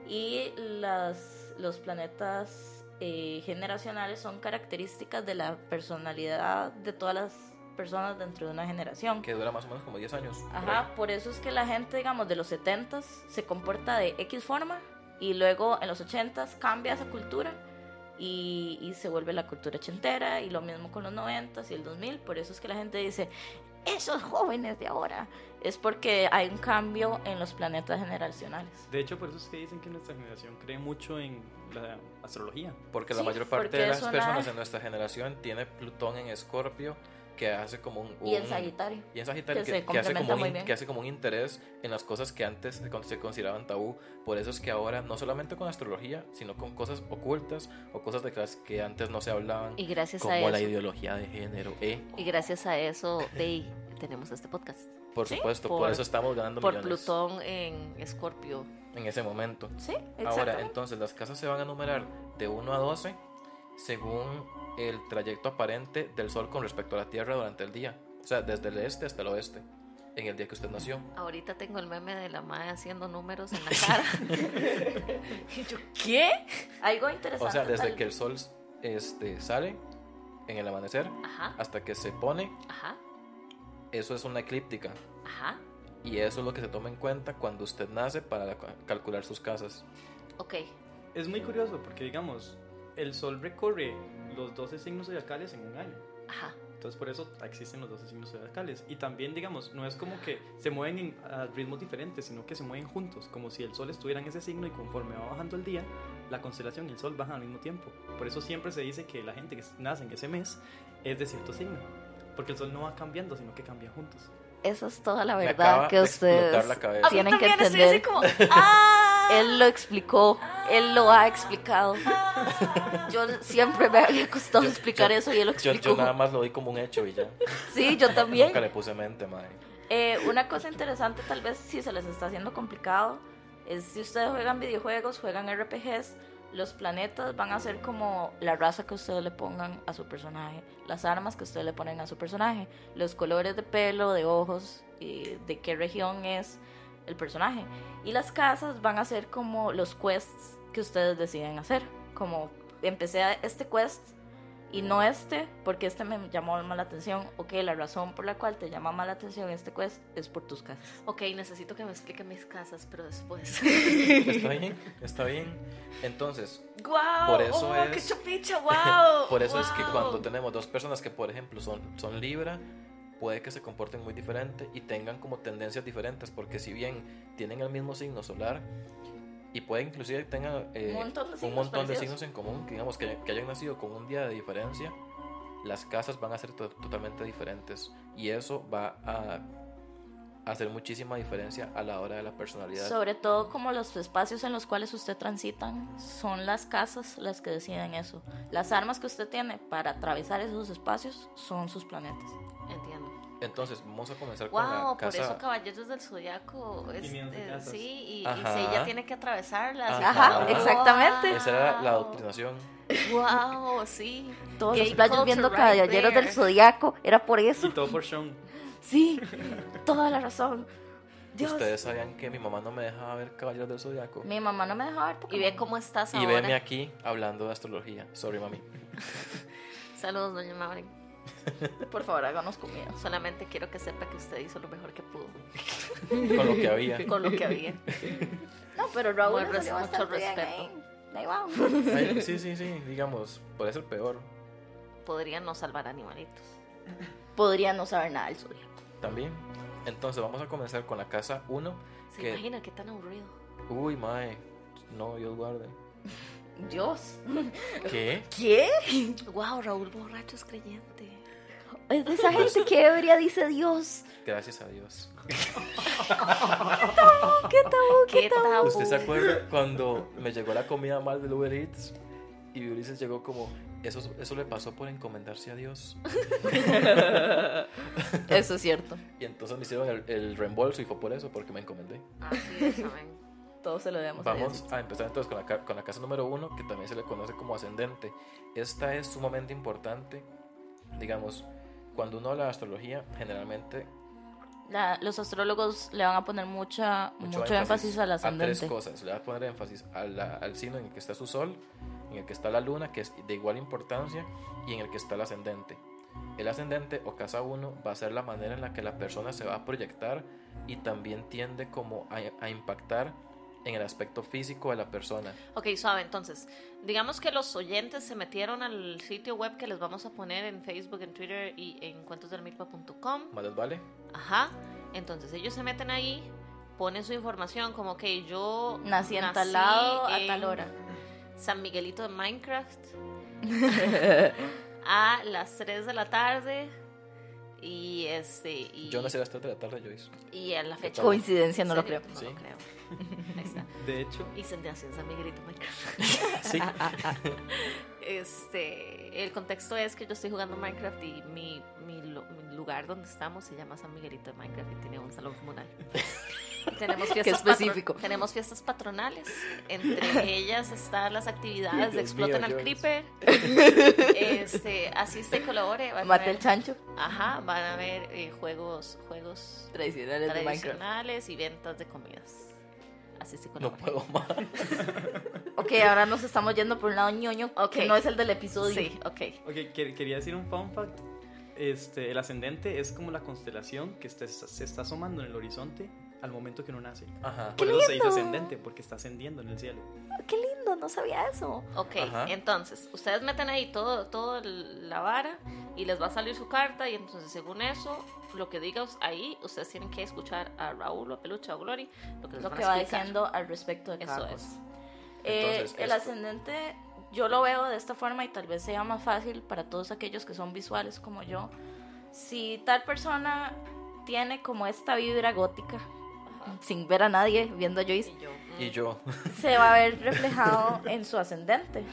Speaker 1: Y las, los planetas eh, generacionales son características de la personalidad de todas las personas dentro de una generación.
Speaker 2: que dura más o menos como 10 años. por
Speaker 1: Ajá, por eso es que la gente, digamos, de los 70s se comporta de X forma y luego en los 80s cambia esa cultura y, y se vuelve la cultura ochentera y lo mismo con los 90s y el 2000. Por eso es que la gente dice, esos jóvenes de ahora. Es porque hay un cambio en los planetas generacionales.
Speaker 3: De hecho, por eso es que dicen que nuestra generación cree mucho en la astrología.
Speaker 2: ahí. Porque la
Speaker 1: Sí,
Speaker 2: mayor parte
Speaker 1: porque
Speaker 2: de las
Speaker 1: es una-
Speaker 2: personas de nuestra generación tiene Plutón en Escorpio, que hace como un...
Speaker 1: Y el
Speaker 2: un-
Speaker 1: Sagitario.
Speaker 2: y en Sagitario
Speaker 1: Que
Speaker 2: que,
Speaker 1: se
Speaker 2: que hace
Speaker 1: complementa
Speaker 2: como un,
Speaker 1: muy
Speaker 2: in-
Speaker 1: bien.
Speaker 2: que hace como un interés en las cosas que antes se con- se consideraban tabú. Por eso es que ahora, no solamente con astrología, sino con cosas ocultas o cosas de las que antes no se hablaban,
Speaker 4: Y gracias a
Speaker 2: como la
Speaker 4: eso,
Speaker 2: ideología de género. ¿eh?
Speaker 4: y gracias a eso, de ahí tenemos este podcast.
Speaker 2: Por
Speaker 1: Sí,
Speaker 2: supuesto, por,
Speaker 4: por-
Speaker 2: eso estamos ganando
Speaker 4: Por
Speaker 2: millones
Speaker 4: Plutón en Escorpio.
Speaker 2: en ese momento.
Speaker 1: Sí,
Speaker 2: Ahora,
Speaker 1: exactamente.
Speaker 2: entonces, las casas se van a numerar de 1 a 12 según el trayecto aparente del Sol con respecto a la Tierra durante el día. O sea, desde el este hasta el oeste, en el día que usted nació.
Speaker 4: Ahorita tengo el meme de la madre haciendo números en la cara. y yo, ¿qué?
Speaker 1: Algo interesante.
Speaker 2: O sea, desde
Speaker 1: tal-
Speaker 2: que el sol este, sale en el amanecer
Speaker 4: Ajá,
Speaker 2: hasta que se pone,
Speaker 4: ajá,
Speaker 2: eso es una eclíptica.
Speaker 4: ajá.
Speaker 2: Y eso es lo que se toma en cuenta cuando usted nace para la- calcular sus casas.
Speaker 4: Ok,
Speaker 3: Es muy curioso porque, digamos, el sol recorre los 12 signos zodiacales en un año.
Speaker 4: ajá.
Speaker 3: Entonces, por eso existen los 12 signos zodiacales. Y también, digamos, no es como que se mueven en, a ritmos diferentes, sino que se mueven juntos, como si el sol estuviera en ese signo y conforme va bajando el día, la constelación y el sol bajan al mismo tiempo. Por eso siempre se dice que la gente que nace en ese mes es de cierto signo. Porque el sol no va cambiando, sino que cambia juntos.
Speaker 4: Esa es toda la
Speaker 2: Me
Speaker 4: verdad
Speaker 2: acaba
Speaker 4: que
Speaker 2: de explotar
Speaker 4: ustedes
Speaker 2: la cabeza.
Speaker 4: tienen que
Speaker 1: También estoy así
Speaker 4: entender.
Speaker 1: como, ¡ah!
Speaker 4: Él lo explicó, él lo ha explicado. Yo siempre me había costado
Speaker 2: Yo-
Speaker 4: explicar
Speaker 2: yo-
Speaker 4: eso y él lo
Speaker 2: Yo,
Speaker 4: explicó.
Speaker 2: yo nada más lo vi como un hecho y ya.
Speaker 4: Sí, yo también.
Speaker 2: Nunca le puse mente, madre.
Speaker 1: Eh, una cosa interesante, tal vez si se les está haciendo complicado, es si ustedes juegan videojuegos, juegan RPGs, los planetas van a ser como la raza que ustedes le pongan a su personaje, las armas que ustedes le ponen a su personaje, los colores de pelo, de ojos, y de qué región es el personaje. Y las casas van a ser como los quests que ustedes deciden hacer. Como empecé a- este quest y no este, porque este me llamó más la atención. Ok, la razón por la cual te llama más la atención este quest es por tus casas.
Speaker 4: Ok, necesito que me expliquen mis casas, pero después.
Speaker 2: Está bien, está bien. Entonces,
Speaker 1: ¡Guau!
Speaker 2: Por eso
Speaker 1: ¡Oh, qué
Speaker 2: es-
Speaker 1: chupicha! ¡Guau!
Speaker 2: Por eso es que
Speaker 1: guau.
Speaker 2: cuando tenemos dos personas que, por ejemplo, son, son Libra, puede que se comporten muy diferente y tengan como tendencias diferentes, porque si bien tienen el mismo signo solar y puede inclusive tengan eh,
Speaker 1: Un montón de signos
Speaker 2: montón de
Speaker 1: parecidos.
Speaker 2: signos en común, que digamos que, que hayan nacido con un día de diferencia, las casas van a ser to- totalmente diferentes y eso va a hacer muchísima diferencia a la hora de la personalidad.
Speaker 1: Sobre todo como los espacios en los cuales usted transitan son las casas las que deciden eso. Las armas que usted tiene para atravesar esos espacios son sus planetas.
Speaker 4: Entiendo.
Speaker 2: Entonces, vamos a comenzar con
Speaker 4: Wow,
Speaker 2: la
Speaker 4: por
Speaker 2: casa.
Speaker 4: eso Caballeros del Zodiaco. es-
Speaker 3: 500
Speaker 4: eh,
Speaker 3: casas.
Speaker 4: sí, y, y
Speaker 2: Ajá.
Speaker 4: si ella tiene que atravesarlas. y
Speaker 2: Ajá,
Speaker 4: todo.
Speaker 1: exactamente.
Speaker 2: Esa era la
Speaker 4: Wow.
Speaker 2: adoctrinación.
Speaker 4: Wow, sí.
Speaker 1: Todos
Speaker 4: Gay
Speaker 1: los playos viendo
Speaker 4: culture right
Speaker 1: Caballeros
Speaker 4: there.
Speaker 1: del Zodíaco. Era por
Speaker 3: Y
Speaker 1: eso.
Speaker 3: todo por Sean.
Speaker 1: Sí, toda la razón. Dios.
Speaker 2: Ustedes sabían que mi mamá no me dejaba ver Caballeros del Zodiaco.
Speaker 1: Mi mamá no me dejaba ver
Speaker 4: Y
Speaker 1: Pokémon.
Speaker 4: ve cómo estás
Speaker 2: Y
Speaker 4: ahora.
Speaker 2: veme aquí hablando de astrología. Sorry, mami.
Speaker 4: Saludos, doña Maureen.
Speaker 1: Por favor, háganos comida.
Speaker 4: Solamente quiero que sepa que usted hizo lo mejor que pudo
Speaker 2: Con lo que había.
Speaker 4: con lo que había.
Speaker 1: No, pero Raúl
Speaker 4: Muy
Speaker 1: le salió
Speaker 4: res- mucho
Speaker 1: bastante bien
Speaker 4: respeto.
Speaker 1: ahí. Ahí va.
Speaker 2: Ay, Sí, sí, sí. Digamos, puede ser peor
Speaker 4: Podrían no salvar animalitos.
Speaker 1: Podría no saber nada del Zodíaco.
Speaker 2: también. Entonces, vamos a comenzar con la casa 1.
Speaker 4: ¿Se
Speaker 2: ¿Qué?
Speaker 4: imagina qué tan aburrido?
Speaker 2: Uy, mae. No, Dios guarde.
Speaker 1: Dios.
Speaker 2: ¿Qué?
Speaker 1: ¿Qué?
Speaker 4: Wow, Raúl Borracho es creyente.
Speaker 1: Es de esa gente que ebria dice Dios.
Speaker 2: Gracias a Dios.
Speaker 1: ¿Qué tabú?
Speaker 4: ¿Qué tal?
Speaker 2: ¿Usted se acuerda cuando me llegó la comida mal del Uber Eats? Y Ulises llegó como, eso, eso le pasó por encomendarse a Dios.
Speaker 1: Eso es cierto.
Speaker 2: Y entonces me hicieron el, el reembolso y fue por eso, porque me encomendé.
Speaker 4: Así es, amén.
Speaker 1: Todos se lo debemos a
Speaker 2: Vamos
Speaker 1: Dios.
Speaker 2: a empezar entonces con la, ca- con la casa número uno, que también se le conoce como ascendente. Esta es sumamente importante. Digamos, cuando uno habla de astrología, generalmente
Speaker 1: La- los astrólogos le van a poner mucha, mucho, énfasis, al
Speaker 2: a tres
Speaker 1: ascendente.
Speaker 2: cosas. Le va a poner énfasis a la- al signo en el que está su sol, en el que está la luna, que es de igual importancia, y en el que está el ascendente. El ascendente o casa 1 va a ser la manera en la que la persona se va a proyectar y también tiende como a, a impactar en el aspecto físico de la persona.
Speaker 4: Ok, suave, entonces, digamos que los oyentes se metieron al sitio web que les vamos a poner en Facebook, en Twitter y en cuentosdelmilpa.com.
Speaker 2: ¿Más les vale?
Speaker 4: Ajá. Entonces ellos se meten ahí, ponen su información como que yo
Speaker 1: Nací en tal lado, a
Speaker 4: en
Speaker 1: tal hora.
Speaker 4: San Miguelito de Minecraft a las 3 de la tarde Y este. Y,
Speaker 2: Yo nací hasta de la tarde, Joyce.
Speaker 1: Pues,
Speaker 4: Y a la fecha.
Speaker 1: Coincidencia, no lo
Speaker 4: ¿Serio?
Speaker 1: creo.
Speaker 4: No
Speaker 2: Sí.
Speaker 4: lo creo. Ahí está.
Speaker 3: De hecho,
Speaker 4: Y se nació en San Miguelito, Minecraft.
Speaker 3: sí.
Speaker 4: Este, el contexto es que yo estoy jugando Minecraft y mi, mi lu- mi lugar donde estamos se llama San Miguelito de Minecraft y tiene un salón comunal. Y tenemos fiestas
Speaker 1: específico.
Speaker 4: patro- tenemos fiestas patronales. Entre ellas están las actividades de
Speaker 2: Dios
Speaker 4: exploten
Speaker 2: mío,
Speaker 4: al
Speaker 2: Joyce.
Speaker 4: creeper. Este, asiste y colabore. van a
Speaker 1: Mate
Speaker 4: ver-
Speaker 1: el chancho.
Speaker 4: Ajá, van a ver eh, juegos, juegos
Speaker 1: Tradicionales de Minecraft.
Speaker 4: tradicionales y ventas de comidas. Asiste y
Speaker 2: No
Speaker 4: colabore.
Speaker 2: puedo más.
Speaker 1: Ok, ahora nos estamos yendo por un lado ñoño,
Speaker 4: Ok.
Speaker 1: que no es el del episodio.
Speaker 4: Sí, ok.
Speaker 3: Ok, que- quería decir un fun fact. Este, el ascendente es como la constelación que está- se está asomando en el horizonte al momento que uno nace.
Speaker 2: Ajá.
Speaker 3: Por eso se dice
Speaker 1: lindo!
Speaker 3: ascendente, porque está ascendiendo en el cielo.
Speaker 1: Qué lindo, no sabía eso.
Speaker 4: Ok,
Speaker 2: Ajá.
Speaker 4: entonces, ustedes meten ahí todo, todo el- la vara y les va a salir su carta y entonces según eso, lo que diga us- ahí, ustedes tienen que escuchar a Raúl o a Peluche o a Glory, lo que les
Speaker 1: Lo
Speaker 4: van
Speaker 1: que
Speaker 4: a
Speaker 1: va
Speaker 4: explicar.
Speaker 1: diciendo al respecto de cada
Speaker 4: Eso es.
Speaker 1: cosa. Eh,
Speaker 2: Entonces,
Speaker 1: el
Speaker 2: esto.
Speaker 1: ascendente yo lo veo de esta forma y tal vez sea más fácil para todos aquellos que son visuales como yo. Si tal persona tiene como esta vibra gótica,
Speaker 4: Ajá.
Speaker 1: sin ver a nadie, viendo a Joyce,
Speaker 4: Y yo, mm,
Speaker 2: Y yo.
Speaker 1: se va a ver reflejado en su ascendente.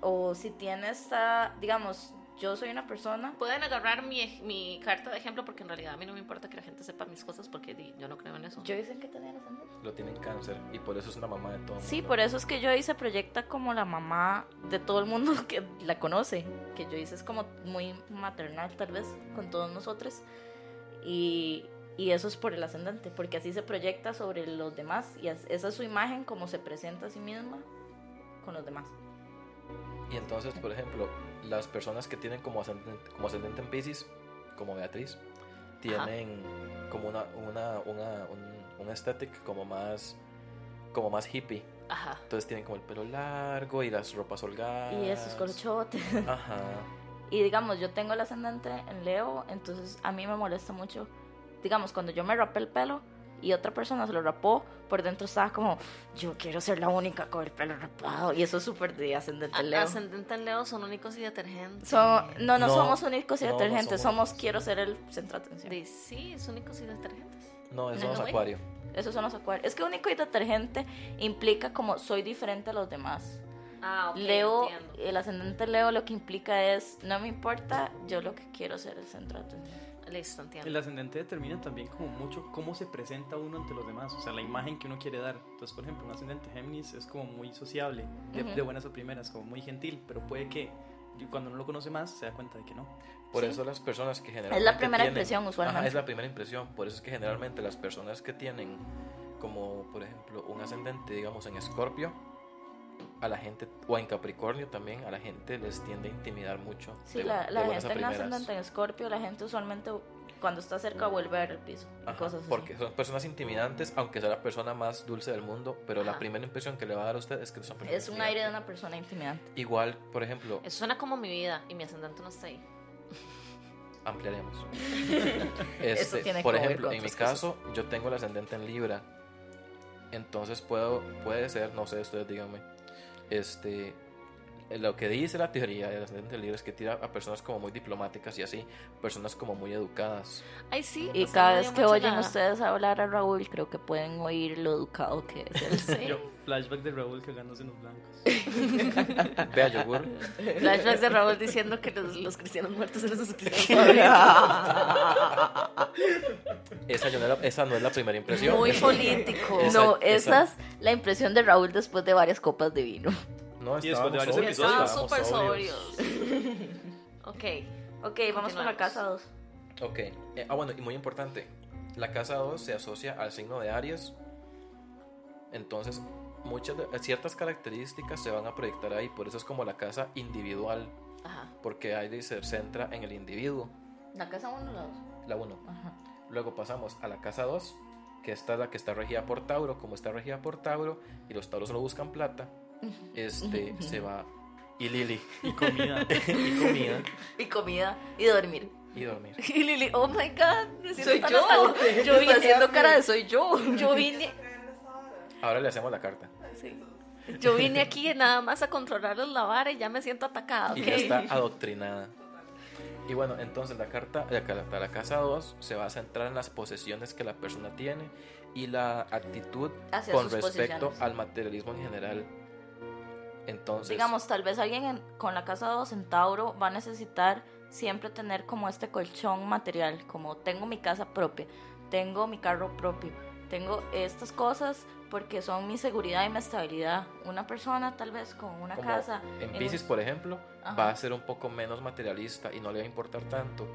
Speaker 1: O si tiene esta, digamos, yo soy una persona
Speaker 4: Pueden agarrar mi, ej- mi carta de ejemplo porque en realidad a mí no me importa que la gente sepa mis cosas porque di, yo no creo en eso.
Speaker 1: Yo dicen que tenía ascendente.
Speaker 2: Lo tienen cáncer. Y por eso es una mamá de todo.
Speaker 1: Sí, por eso es que Joyce se proyecta como la mamá de todo el mundo que la conoce. Que Joyce es como muy maternal, tal vez, con todos nosotros. Y, y eso es por el ascendente, porque así se proyecta sobre los demás. Y as- esa es su imagen, como se presenta a sí misma con los demás.
Speaker 2: Y entonces, por ejemplo, las personas que tienen como ascendente, como ascendente en Pisces, como Beatriz, tienen como una, una, una, un, un aesthetic como más, como más hippie.
Speaker 4: Ajá.
Speaker 2: Entonces tienen como el pelo largo y las ropas holgadas.
Speaker 1: Y esos corchotes.
Speaker 2: Ajá.
Speaker 1: Y digamos, yo tengo el ascendente en Leo, entonces a mí me molesta mucho. Digamos, cuando yo me rapé el pelo y otra persona se lo rapó, por dentro estaba como, yo quiero ser la única con el pelo rapado. Y eso es súper de ascendente
Speaker 4: A-
Speaker 1: en Leo.
Speaker 4: Ascendente en Leo son únicos y detergentes.
Speaker 1: So- no, no,
Speaker 2: No,
Speaker 1: somos únicos y
Speaker 2: no, no
Speaker 1: detergentes,
Speaker 2: somos
Speaker 1: somos quiero ser el centro de atención.
Speaker 4: Di, Sí, es únicos y detergentes.
Speaker 2: No, eso no es
Speaker 4: No, no, güey.
Speaker 2: acuario.
Speaker 1: Esos son los acuarios. Es que único y detergente implica como soy diferente a los demás.
Speaker 4: Ah, ok.
Speaker 1: Leo,
Speaker 4: entiendo.
Speaker 1: el ascendente Leo lo que implica es, no me importa, yo lo que quiero es ser el centro de atención.
Speaker 4: Listo, entiendo.
Speaker 3: El ascendente determina también como mucho cómo se presenta uno ante los demás, o sea, la imagen que uno quiere dar. Entonces, por ejemplo, un ascendente Géminis es como muy sociable, de,
Speaker 1: Ujú.
Speaker 3: de buenas a primeras, como muy gentil, pero puede que cuando uno lo conoce más se da cuenta de que no.
Speaker 2: Por
Speaker 1: Sí.
Speaker 2: eso las personas que generalmente
Speaker 1: primera
Speaker 2: tienen-
Speaker 1: impresión, usualmente.
Speaker 2: Ajá, es la primera impresión. Por eso es que generalmente las personas que tienen como, por ejemplo, un ascendente, digamos, en Escorpio, a la gente, o en Capricornio también, a la gente les tiende a intimidar mucho.
Speaker 1: Sí,
Speaker 2: de-
Speaker 1: la,
Speaker 2: de
Speaker 1: la
Speaker 2: buenas
Speaker 1: gente
Speaker 2: a
Speaker 1: en
Speaker 2: primeras.
Speaker 1: ascendente en Escorpio, la gente usualmente cuando está cerca vuelve a ver el piso. y
Speaker 2: Ajá,
Speaker 1: cosas así.
Speaker 2: porque son personas intimidantes, aunque sea la persona más dulce del mundo, pero la
Speaker 4: Ajá.
Speaker 2: primera impresión que le va a dar a usted es que es una persona
Speaker 1: Es un aire de
Speaker 2: intimidante.
Speaker 1: una persona intimidante.
Speaker 2: Igual, por ejemplo,
Speaker 4: Eso suena como mi vida y mi ascendente no está ahí.
Speaker 2: ampliaremos.
Speaker 1: Eso
Speaker 2: Este,
Speaker 1: tiene
Speaker 2: por
Speaker 1: que ver
Speaker 2: ejemplo,
Speaker 1: con
Speaker 2: en mi
Speaker 1: otras cosas.
Speaker 2: caso, yo tengo el ascendente en Libra. Entonces puedo, puede ser, no sé, ustedes díganme. Este, lo que dice la teoría del ascendente en Libra es que tira a personas como muy diplomáticas y así, personas como muy educadas.
Speaker 4: Ay, sí.
Speaker 1: Y
Speaker 4: no
Speaker 1: cada
Speaker 4: sabía
Speaker 1: vez que
Speaker 4: mucho
Speaker 1: oyen
Speaker 4: nada.
Speaker 1: ustedes hablar a Raúl, creo que pueden oír lo educado que es él.
Speaker 4: Sí.
Speaker 3: Yo, flashback de Raúl cagándose en los blancos.
Speaker 2: Vea, yogur.
Speaker 4: Flashbacks de Raúl diciendo que los, los cristianos muertos eran sus cristianos
Speaker 1: no,
Speaker 2: Esa, yo no era- esa no es la primera impresión.
Speaker 4: Muy político.
Speaker 2: Esa-
Speaker 1: esa
Speaker 2: esa-
Speaker 1: es la impresión de Raúl después de varias copas de vino.
Speaker 2: No,
Speaker 3: Y después
Speaker 2: estábamos
Speaker 3: de varios
Speaker 2: sobrios,
Speaker 3: episodios,
Speaker 4: Estaban
Speaker 2: estábamos
Speaker 4: súper
Speaker 2: sobrios.
Speaker 4: sobrios. ok.
Speaker 1: Ok, vamos con
Speaker 4: Continuamos.
Speaker 1: la casa 2.
Speaker 2: Ok. Eh, ah, bueno, y muy importante. La casa 2 se asocia al signo de Aries. Entonces, muchas de- eh, ciertas características se van a proyectar ahí. Por eso es como la casa individual.
Speaker 4: Ajá.
Speaker 2: Porque Aries se centra en el individuo.
Speaker 1: ¿La casa 1 o la 2?
Speaker 2: La 1. Luego pasamos a la casa 2. Que esta es la que está regida por Tauro. Como está regida por Tauro y los Tauros solo buscan plata, este se va. Y Lili.
Speaker 3: Y comida.
Speaker 2: y comida.
Speaker 1: Y comida y dormir.
Speaker 2: Y dormir.
Speaker 1: Y Lili, oh my god, me siento
Speaker 4: Soy
Speaker 1: tan
Speaker 4: yo.
Speaker 1: atal- Yo vine haciendo cara de soy yo.
Speaker 4: Yo vine,
Speaker 2: Ahora le hacemos la carta.
Speaker 4: sí. yo vine aquí nada más a controlarlos la vara y ya me siento atacada.
Speaker 2: Y
Speaker 4: ok.
Speaker 2: ya está adoctrinada. Y bueno, entonces la carta, la carta, la casa 2 se va a centrar en las posesiones que la persona tiene y la actitud
Speaker 1: Hacia
Speaker 2: con
Speaker 1: sus
Speaker 2: respecto
Speaker 1: posesiones.
Speaker 2: al materialismo en general. Entonces,
Speaker 1: Digamos, tal vez alguien en- con la casa 2 en Tauro va a necesitar siempre tener como este colchón material, como tengo mi casa propia, tengo mi carro propio, tengo estas cosas porque son mi seguridad y mi estabilidad. Una persona tal vez con una
Speaker 2: como
Speaker 1: casa...
Speaker 2: en
Speaker 1: un-
Speaker 2: Pisces, por ejemplo,
Speaker 1: Ajá.
Speaker 2: va a ser un poco menos materialista y no le va a importar tanto.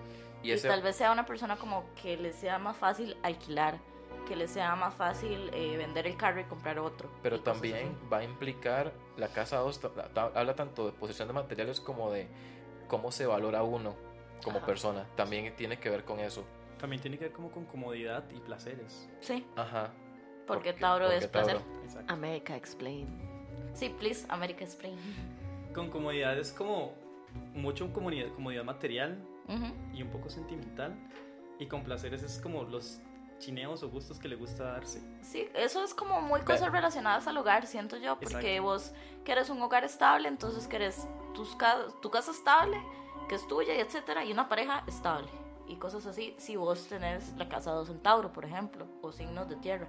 Speaker 2: Y,
Speaker 1: Y,
Speaker 2: ese,
Speaker 1: tal vez sea una persona como que le sea más fácil alquilar, que le sea más fácil eh, vender el carro y comprar otro. y
Speaker 2: pero
Speaker 1: cosas
Speaker 2: también
Speaker 1: así.
Speaker 2: va a implicar la casa 2 ta- ta- habla tanto de posesión de materiales como de cómo se valora uno como
Speaker 1: Ajá.
Speaker 2: persona. También tiene que ver con eso.
Speaker 3: También tiene que ver como con comodidad y placeres.
Speaker 1: Sí,
Speaker 2: Ajá.
Speaker 1: porque Tauro
Speaker 2: porque
Speaker 1: es placer.
Speaker 2: Tauro.
Speaker 3: Exacto.
Speaker 4: America Explain.
Speaker 1: Sí, please, America Spring. Ah.
Speaker 3: Con comodidad es como mucho comodidad, comodidad material
Speaker 1: Ujú.
Speaker 3: y un poco sentimental. Y con placeres es como los chineos o gustos que le gusta darse.
Speaker 1: Sí, eso es como muy cosas
Speaker 2: Pero-
Speaker 1: relacionadas al hogar, siento yo, porque
Speaker 3: Exacto.
Speaker 1: vos querés un hogar estable, entonces querés tus ca- tu casa estable, que es tuya, y etcétera, y una pareja estable. Y cosas así, si vos tenés la casa de centauro, por ejemplo, o signos de tierra.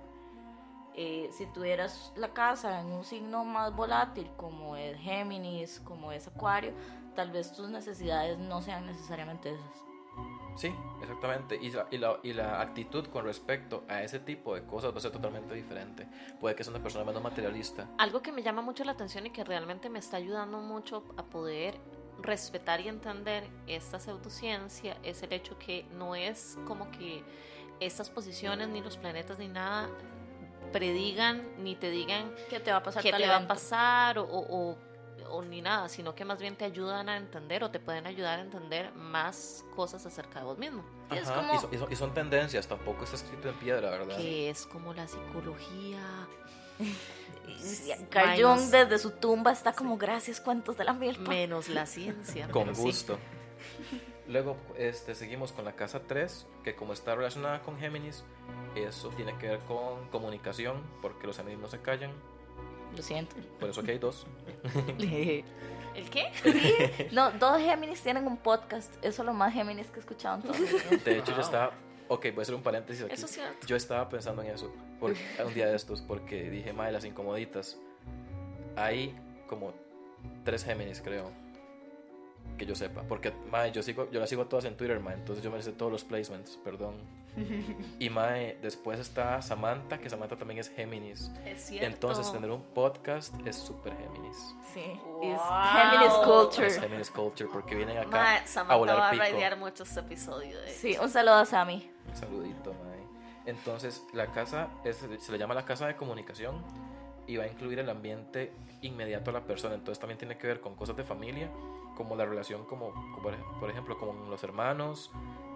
Speaker 1: Eh, si tuvieras la casa en un signo más volátil, como es Géminis, como es Acuario, tal vez tus necesidades no sean necesariamente esas.
Speaker 2: Sí, exactamente. Y la, y, la, y la actitud con respecto a ese tipo de cosas va a ser totalmente diferente. Puede que sea una persona menos materialista.
Speaker 4: Algo que me llama mucho la atención y que realmente me está ayudando mucho a poder respetar y entender esta pseudociencia es el hecho que no es como que estas posiciones ni los planetas ni nada predigan ni te digan
Speaker 1: ¿Qué te va a pasar?
Speaker 4: qué
Speaker 1: tal
Speaker 4: te va a
Speaker 1: evento?
Speaker 4: pasar o, o- o ni nada, sino que más bien te ayudan a entender o te pueden ayudar a entender más cosas acerca de vos mismo,
Speaker 1: Y es
Speaker 2: Ajá,
Speaker 1: como-
Speaker 2: y, son, y son- y son tendencias, tampoco está escrito en piedra, ¿verdad?
Speaker 4: que es como la psicología.
Speaker 1: Carl
Speaker 4: menos-
Speaker 1: Jung desde su tumba está como gracias cuentos de la miel. pa".
Speaker 4: menos la ciencia.
Speaker 2: Con
Speaker 4: pero sí.
Speaker 2: gusto. Luego este, seguimos con la casa 3, que como está relacionada con Géminis, eso tiene que ver con comunicación, porque los Géminis no se callan,
Speaker 1: Lo siento.
Speaker 2: por eso que hay dos.
Speaker 4: ¿El qué?
Speaker 1: No, dos Géminis tienen un podcast. Eso es lo más Géminis que he escuchado en todo mi vida.
Speaker 2: De hecho, yo
Speaker 3: Wow.
Speaker 2: estaba... Ok, voy a hacer un paréntesis aquí.
Speaker 4: Eso es cierto.
Speaker 2: Yo estaba pensando en eso por- un día de estos, porque dije, madre, las incomoditas. Hay como tres Géminis, creo. Que yo sepa. Porque, madre, yo, sigo, yo las sigo todas en Twitter, madre. Entonces yo me sé todos los placements, perdón. Y, madre, después está Samantha, que Samantha también es Géminis.
Speaker 4: Es cierto.
Speaker 2: Entonces tener un podcast es súper Géminis.
Speaker 1: Sí.
Speaker 4: Wow.
Speaker 1: Es Géminis
Speaker 2: Es
Speaker 1: Culture.
Speaker 2: Géminis Culture, porque vienen acá
Speaker 4: Ma,
Speaker 2: a
Speaker 4: Samantha
Speaker 2: volar
Speaker 4: va a
Speaker 2: pico.
Speaker 4: raidear muchos episodios. de
Speaker 1: Sí,
Speaker 4: eso.
Speaker 1: un saludo a Sammy.
Speaker 2: Un Saludito, mae. Entonces, la casa es- se le llama la casa de comunicación y va a incluir el ambiente inmediato a la persona. Entonces, también tiene que ver con cosas de familia, como la relación, como, como por ej- por ejemplo, con los hermanos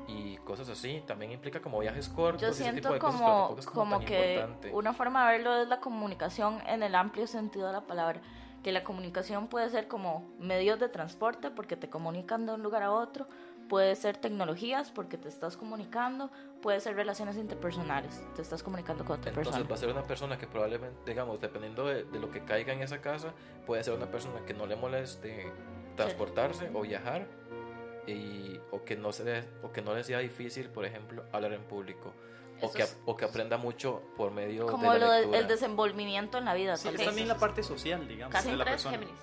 Speaker 2: y cosas así. También implica como viajes cortos,
Speaker 1: Yo
Speaker 2: y ese tipo
Speaker 1: siento
Speaker 2: de cosas, pero
Speaker 1: como,
Speaker 2: tampoco es como,
Speaker 1: como
Speaker 2: tan
Speaker 1: que
Speaker 2: importante.
Speaker 1: una forma de verlo es la comunicación en el amplio sentido de la palabra. Que la comunicación puede ser como medios de transporte porque te comunican de un lugar a otro, puede ser tecnologías porque te estás comunicando, puede ser relaciones interpersonales, te estás comunicando con otra
Speaker 2: Entonces va
Speaker 1: persona.
Speaker 2: a ser una persona que probablemente, digamos, dependiendo de, de lo que caiga en esa casa, puede ser una persona que no le moleste transportarse o viajar y, o, que no se le, o que no le sea difícil, por ejemplo, hablar en público. O
Speaker 4: Eso
Speaker 2: que,
Speaker 4: es-
Speaker 2: o que aprenda mucho por medio
Speaker 1: Como
Speaker 2: de
Speaker 1: lo
Speaker 2: la
Speaker 1: del
Speaker 2: lectura.
Speaker 1: el desenvolvimiento en la vida.
Speaker 3: Sí,
Speaker 1: tal
Speaker 3: es
Speaker 1: vez.
Speaker 3: también la parte social, digamos,
Speaker 4: Casi
Speaker 3: de la
Speaker 4: tres
Speaker 3: persona.
Speaker 4: Géminis.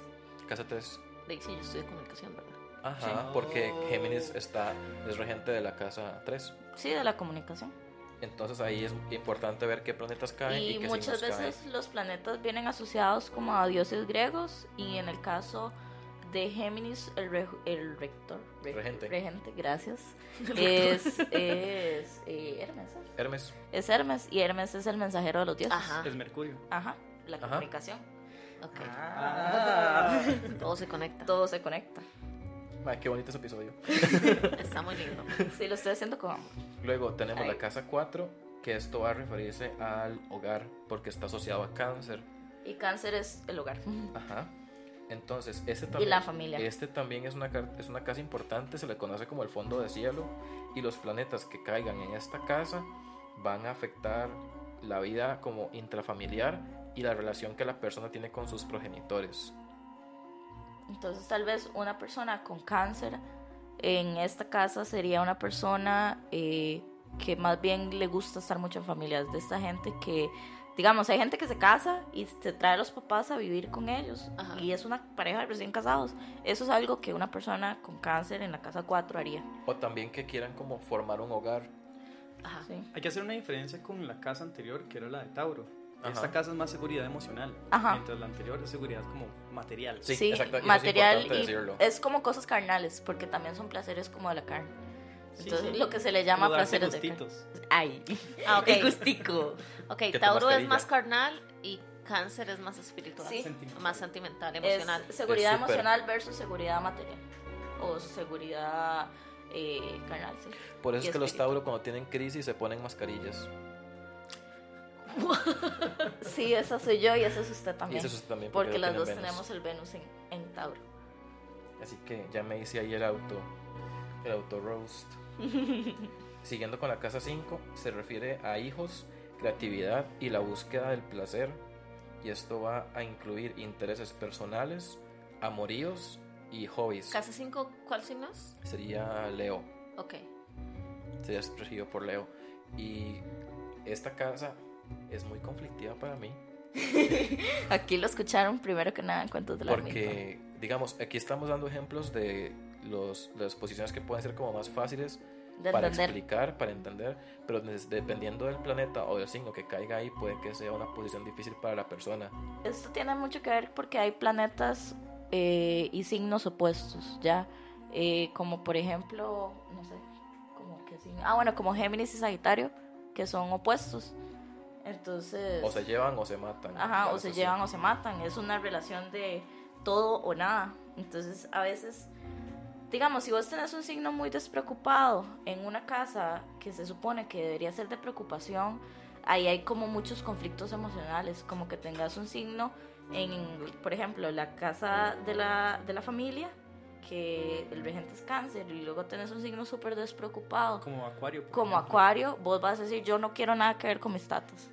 Speaker 2: Casa 3.
Speaker 4: Le dije, yo estudié comunicación, ¿verdad?
Speaker 2: Ajá,
Speaker 3: Sí.
Speaker 2: porque
Speaker 3: Oh.
Speaker 2: Géminis está, es regente de la casa 3.
Speaker 1: Sí, de la comunicación.
Speaker 2: Entonces ahí es importante ver qué planetas caen y,
Speaker 1: Y
Speaker 2: qué
Speaker 1: muchas
Speaker 2: signos caen.
Speaker 1: veces los planetas vienen asociados como a dioses griegos y en el caso de Géminis el, re- el rector, re-
Speaker 2: Regente.
Speaker 1: gracias, es, es, eh, Hermes. ¿eh?
Speaker 2: Hermes.
Speaker 1: Es Hermes y Hermes es el mensajero de los dioses.
Speaker 4: Ajá.
Speaker 3: Es Mercurio.
Speaker 1: Ajá, la
Speaker 2: Ajá.
Speaker 1: comunicación.
Speaker 4: Ok.
Speaker 1: Ah.
Speaker 4: Todo se conecta.
Speaker 1: Todo se conecta.
Speaker 2: Ay, ah, qué bonito ese episodio.
Speaker 4: Está muy lindo.
Speaker 1: Sí, lo estoy haciendo con amor.
Speaker 2: Luego tenemos
Speaker 4: Ay.
Speaker 2: la casa 4, que esto va a referirse al hogar, porque está asociado a cáncer.
Speaker 1: Y cáncer es el hogar.
Speaker 2: Ajá. Entonces, este también,
Speaker 1: la familia.
Speaker 2: Este también es una, car- es una casa importante, se le conoce como el fondo de cielo, y los planetas que caigan en esta casa van a afectar la vida como intrafamiliar y la relación que la persona tiene con sus progenitores.
Speaker 1: Entonces tal vez una persona con cáncer en esta casa sería una persona eh, que más bien le gusta estar mucho en familias de esta gente que, digamos, hay gente que se casa y se trae a los papás a vivir con ellos
Speaker 4: Ajá.
Speaker 1: y es una pareja de recién casados. Eso es algo que una persona con cáncer en la casa 4 haría.
Speaker 2: O también que quieran como formar un hogar.
Speaker 4: Ajá.
Speaker 1: Sí.
Speaker 3: Hay que hacer una diferencia con la casa anterior, que era la de Tauro.
Speaker 2: Ajá.
Speaker 3: Esta casa es más seguridad emocional,
Speaker 1: Ajá.
Speaker 3: mientras la anterior es seguridad como material.
Speaker 2: Sí,
Speaker 1: Sí,
Speaker 2: exacto, y eso es
Speaker 1: material
Speaker 2: importante
Speaker 1: y
Speaker 2: decirlo.
Speaker 1: es como cosas carnales, porque también son placeres como de la carne.
Speaker 3: Sí,
Speaker 1: Entonces,
Speaker 3: sí.
Speaker 1: lo que se le llama
Speaker 3: Como darse
Speaker 1: placeres de carne.
Speaker 3: gustitos.
Speaker 1: Ay,
Speaker 4: Ah, ok.
Speaker 1: el gustico.
Speaker 4: Ok,
Speaker 2: te
Speaker 4: Tauro es
Speaker 2: mascarilla.
Speaker 4: más carnal y cáncer es más espiritual.
Speaker 1: Sí.
Speaker 3: Sentimiento.
Speaker 4: Más sentimental,
Speaker 1: Es
Speaker 4: emocional.
Speaker 1: seguridad
Speaker 2: Es súper.
Speaker 1: emocional versus seguridad material. O seguridad eh, carnal, sí.
Speaker 2: Por eso
Speaker 1: y
Speaker 2: es que los
Speaker 1: espiritual.
Speaker 2: Tauro cuando tienen crisis se ponen mascarillas.
Speaker 1: Sí, esa soy yo y esa es usted
Speaker 2: Y
Speaker 1: también.
Speaker 2: eso es también
Speaker 1: porque
Speaker 2: lo
Speaker 1: las
Speaker 2: tienen
Speaker 1: dos
Speaker 2: Venus.
Speaker 1: tenemos el Venus en, en Tauro.
Speaker 2: Así que ya me hice ahí el auto, el auto roast. Siguiendo con la casa 5, se refiere a hijos, creatividad y la búsqueda del placer. Y esto va a incluir intereses personales, amoríos y hobbies.
Speaker 4: Casa 5, ¿cuál signo es?
Speaker 2: Sería Leo,
Speaker 4: Ok.
Speaker 2: sería regido por Leo. Y esta casa es muy conflictiva para mí.
Speaker 1: Aquí lo escucharon primero que nada en cuentos de la Ermita.
Speaker 2: Porque, digamos, aquí estamos dando ejemplos de los, las posiciones que pueden ser como más fáciles
Speaker 1: De
Speaker 2: para
Speaker 1: entender.
Speaker 2: explicar, para entender, pero des- dependiendo del planeta o del signo que caiga ahí, puede que sea una posición difícil para la persona.
Speaker 1: Esto tiene mucho que ver porque hay planetas eh, y signos opuestos, ¿ya? Eh, como por ejemplo, no sé, como que signo. Ah, bueno, como Géminis y Sagitario, que son opuestos. Entonces.
Speaker 2: O se llevan o se matan.
Speaker 1: Ajá, o
Speaker 2: Parece
Speaker 1: se
Speaker 2: así.
Speaker 1: llevan o se matan. Es una relación de todo o nada. Entonces, a veces, digamos, si vos tenés un signo muy despreocupado en una casa que se supone que debería ser de preocupación, ahí hay como muchos conflictos emocionales. Como que tengas un signo en, por ejemplo, la casa de la, de la familia, que el regente es cáncer, y luego tenés un signo súper despreocupado
Speaker 3: Como acuario. por
Speaker 1: como
Speaker 3: ejemplo.
Speaker 1: acuario, vos vas a decir, yo no quiero nada que ver con mis tatas.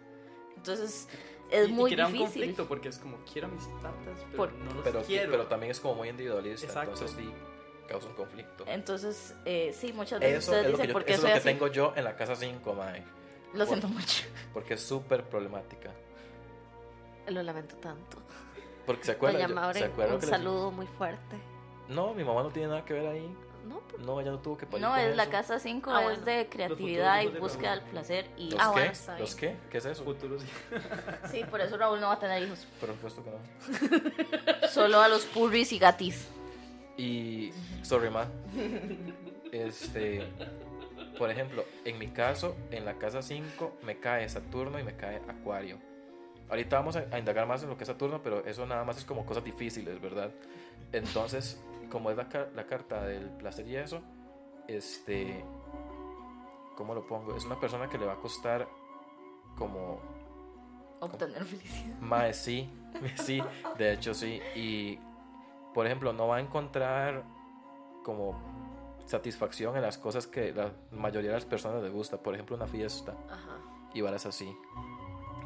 Speaker 1: Entonces, es
Speaker 3: Y- y
Speaker 1: muy
Speaker 3: que era un
Speaker 1: difícil.
Speaker 3: conflicto porque es como quiero mis tatas, pero
Speaker 1: Por-
Speaker 3: no los
Speaker 2: Pero,
Speaker 3: quiero.
Speaker 2: pero también es como muy individualista,
Speaker 3: Exacto.
Speaker 2: entonces sí causa un conflicto.
Speaker 1: Entonces, eh, sí, muchas veces
Speaker 2: Eso
Speaker 1: ustedes
Speaker 2: es lo que,
Speaker 1: dicen,
Speaker 2: yo-
Speaker 1: ¿por
Speaker 2: eso
Speaker 1: qué
Speaker 2: es lo
Speaker 1: soy
Speaker 2: que
Speaker 1: así?
Speaker 2: tengo yo en la casa 5, Mae,
Speaker 1: Lo siento mucho.
Speaker 2: porque es súper problemática.
Speaker 4: Lo lamento tanto.
Speaker 2: Porque se
Speaker 4: Doña
Speaker 2: acuerdan, yo-
Speaker 4: Maure,
Speaker 2: se acuerdan
Speaker 4: un
Speaker 2: que les-
Speaker 4: saludo muy fuerte.
Speaker 2: No, mi mamá no tiene nada que ver ahí.
Speaker 4: No, pues,
Speaker 2: No, ella no tuvo que poner
Speaker 1: No, es la casa 5
Speaker 4: Ah,
Speaker 1: es
Speaker 4: bueno.
Speaker 1: de creatividad y
Speaker 3: futuros hijos de
Speaker 1: búsqueda
Speaker 3: Raúl.
Speaker 1: del placer. Y
Speaker 2: ¿Los
Speaker 4: Ah,
Speaker 2: qué?
Speaker 4: bueno, está
Speaker 2: ¿Los qué? ¿Qué es eso?
Speaker 3: Futuros
Speaker 1: sí, por eso Raúl no va a tener hijos.
Speaker 2: Por supuesto que no.
Speaker 1: Solo a los purris y gatis.
Speaker 2: Y, sorry, ma. Este, por ejemplo, en mi caso, en la casa 5 me cae Saturno y me cae Acuario. Ahorita vamos a, a indagar más en lo que es Saturno, pero eso nada más es como cosas difíciles, ¿verdad? Entonces, como es la, ca- la carta del placer y eso, este, ¿cómo lo pongo? Es una persona que le va a costar como
Speaker 1: Obtener felicidad.
Speaker 2: Mae, sí, sí, de hecho sí. Y, por ejemplo, no va a encontrar como satisfacción en las cosas que la mayoría de las personas les gusta. Por ejemplo, una fiesta
Speaker 4: ajá.
Speaker 2: y varas así.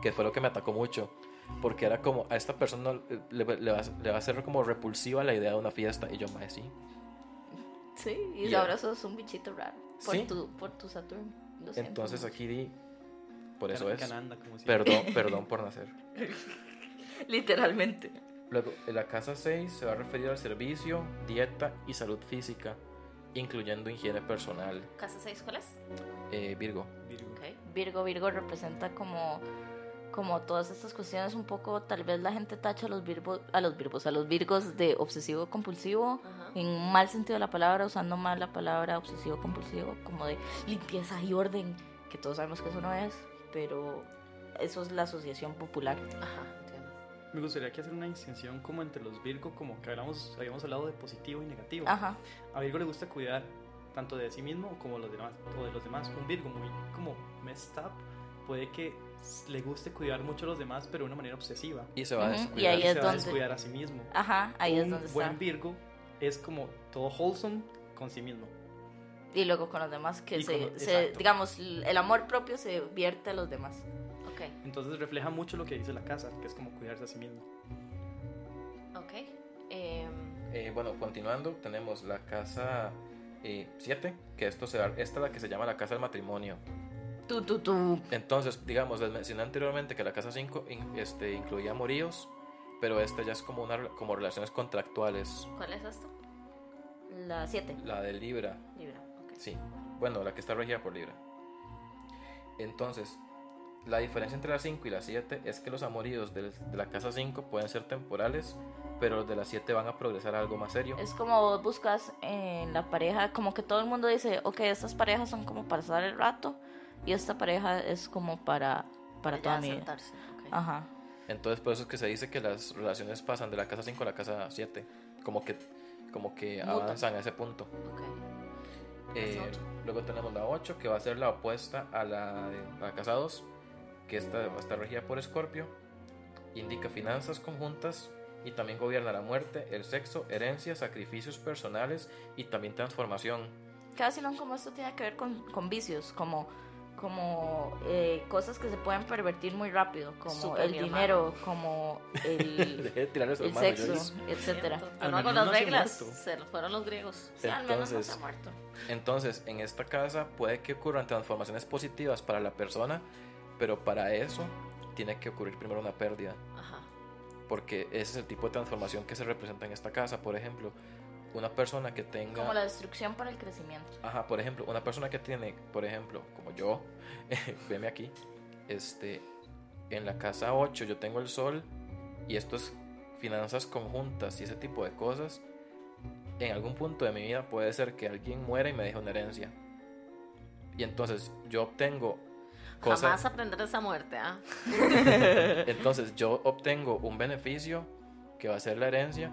Speaker 2: Que fue lo que me atacó mucho. Porque era como, a esta persona eh, le, le va, a- le va a ser como repulsiva la idea de una fiesta. Y yo, mae, sí.
Speaker 1: Sí, y
Speaker 2: Yeah.
Speaker 1: ahora sos un bichito raro. Por,
Speaker 2: Sí.
Speaker 1: tu, por tu Saturno. Lo siento
Speaker 2: Entonces
Speaker 1: mucho.
Speaker 2: aquí di... Por eso es.
Speaker 3: Cananda, como siempre.
Speaker 2: Perdón, perdón por nacer.
Speaker 1: Literalmente.
Speaker 2: Luego, en la casa 6 se va a referir al servicio, dieta y salud física, incluyendo higiene personal.
Speaker 4: Casa 6, ¿cuál es?
Speaker 2: Eh, Virgo,
Speaker 3: Virgo.
Speaker 4: Ok.
Speaker 1: Virgo, Virgo representa como, como todas estas cuestiones un poco, tal vez la gente tacha a los virgos, a los virgos, a los virgos de obsesivo compulsivo,
Speaker 4: Ajá.
Speaker 1: en un mal sentido de la palabra, usando mal la palabra obsesivo compulsivo, como de limpieza y orden, que todos sabemos que eso no es, pero eso es la asociación popular.
Speaker 4: Ajá, entiendo.
Speaker 3: Me gustaría que hacer una distinción como entre los Virgo, como que hablamos, habíamos hablado de positivo y negativo.
Speaker 1: Ajá.
Speaker 3: A Virgo le gusta cuidar tanto de sí mismo como los demás, o de los demás. Un Virgo muy como messed up puede que s- le guste cuidar mucho a los demás, pero de una manera obsesiva.
Speaker 2: y se va a
Speaker 1: Ujú, y
Speaker 2: descuidar.
Speaker 1: ahí
Speaker 3: se
Speaker 1: es
Speaker 3: va a
Speaker 1: donde-
Speaker 3: descuidar a sí mismo.
Speaker 1: Ajá, ahí es
Speaker 3: Un
Speaker 1: donde
Speaker 3: buen
Speaker 1: está.
Speaker 3: Virgo es como todo wholesome con sí mismo.
Speaker 1: Y luego con los demás, que
Speaker 3: Y
Speaker 1: se,
Speaker 3: con los-
Speaker 1: se-
Speaker 3: exacto.
Speaker 1: digamos, el amor propio se vierte a los demás.
Speaker 4: Ok,
Speaker 3: Entonces refleja mucho lo que dice la casa, que es como cuidarse a sí mismo.
Speaker 4: ok. Em,
Speaker 2: Eh, bueno, continuando, tenemos la casa y 7, que esto se da, esta es la que se llama la casa del matrimonio.
Speaker 1: Tú, tú, tú.
Speaker 2: Entonces, digamos, les mencioné anteriormente que la casa 5 este, incluía moríos, pero esta ya es como, una, re- como relaciones contractuales.
Speaker 4: ¿Cuál es esto?
Speaker 1: La 7.
Speaker 2: La de Libra,
Speaker 4: Libra. ok.
Speaker 2: sí. Bueno, la que está regida por Libra. Entonces, la diferencia entre la 5 y la 7 es que los amoríos del- de la casa 5 pueden ser temporales, pero los de la 7 van a progresar a algo más serio.
Speaker 1: Es como vos buscas en la pareja, como que todo el mundo dice, ok, estas parejas son como para pasar el rato y esta pareja es como para, para
Speaker 4: Ya
Speaker 1: toda mi vida. Ah.
Speaker 4: sentarse, ok.
Speaker 1: Ajá.
Speaker 2: Entonces por eso es que se dice que las relaciones pasan de la casa 5 a la casa 7. Como que, como que
Speaker 1: Mutan.
Speaker 2: avanzan a ese punto.
Speaker 4: Ok.
Speaker 2: Eh,
Speaker 4: ocho.
Speaker 2: luego tenemos la 8 que va a ser la opuesta a la, de- a la casa 2, que esta va a estar regida por Escorpio. Indica finanzas conjuntas y también gobierna la muerte, el sexo, herencias, sacrificios personales y también transformación.
Speaker 1: Casi no como esto tiene que ver con, con vicios, como, como eh, cosas que se pueden pervertir muy rápido, como
Speaker 4: Súper
Speaker 1: el
Speaker 4: mi
Speaker 1: dinero, como el,
Speaker 2: Dejé de tirar eso,
Speaker 1: el
Speaker 2: hermano, yo
Speaker 1: sexo,
Speaker 2: dije.
Speaker 1: etcétera.
Speaker 4: Siento, Yo
Speaker 3: Al
Speaker 4: no hago
Speaker 3: menos
Speaker 4: las
Speaker 3: no se ha
Speaker 4: reglas.
Speaker 3: muerto.
Speaker 4: Se fueron los griegos.
Speaker 1: Sí, al menos no
Speaker 2: Entonces-
Speaker 1: se ha muerto.
Speaker 2: Entonces, en esta casa puede que ocurran transformaciones positivas para la persona, pero para eso tiene que ocurrir primero una pérdida,
Speaker 4: Ajá.
Speaker 2: porque ese es el tipo de transformación que se representa en esta casa. Por ejemplo, una persona que tenga...
Speaker 1: Como la destrucción para el crecimiento.
Speaker 2: Ajá, por ejemplo, una persona que tiene, por ejemplo, como yo, veme aquí, este, en la casa 8 yo tengo el sol y esto es finanzas conjuntas y ese tipo de cosas. En algún punto de mi vida puede ser que alguien muera y me deje una herencia. Y entonces yo obtengo
Speaker 4: Jamás
Speaker 2: cosas,
Speaker 4: aprender esa muerte, ¿ah?
Speaker 2: entonces yo obtengo un beneficio que va a ser la herencia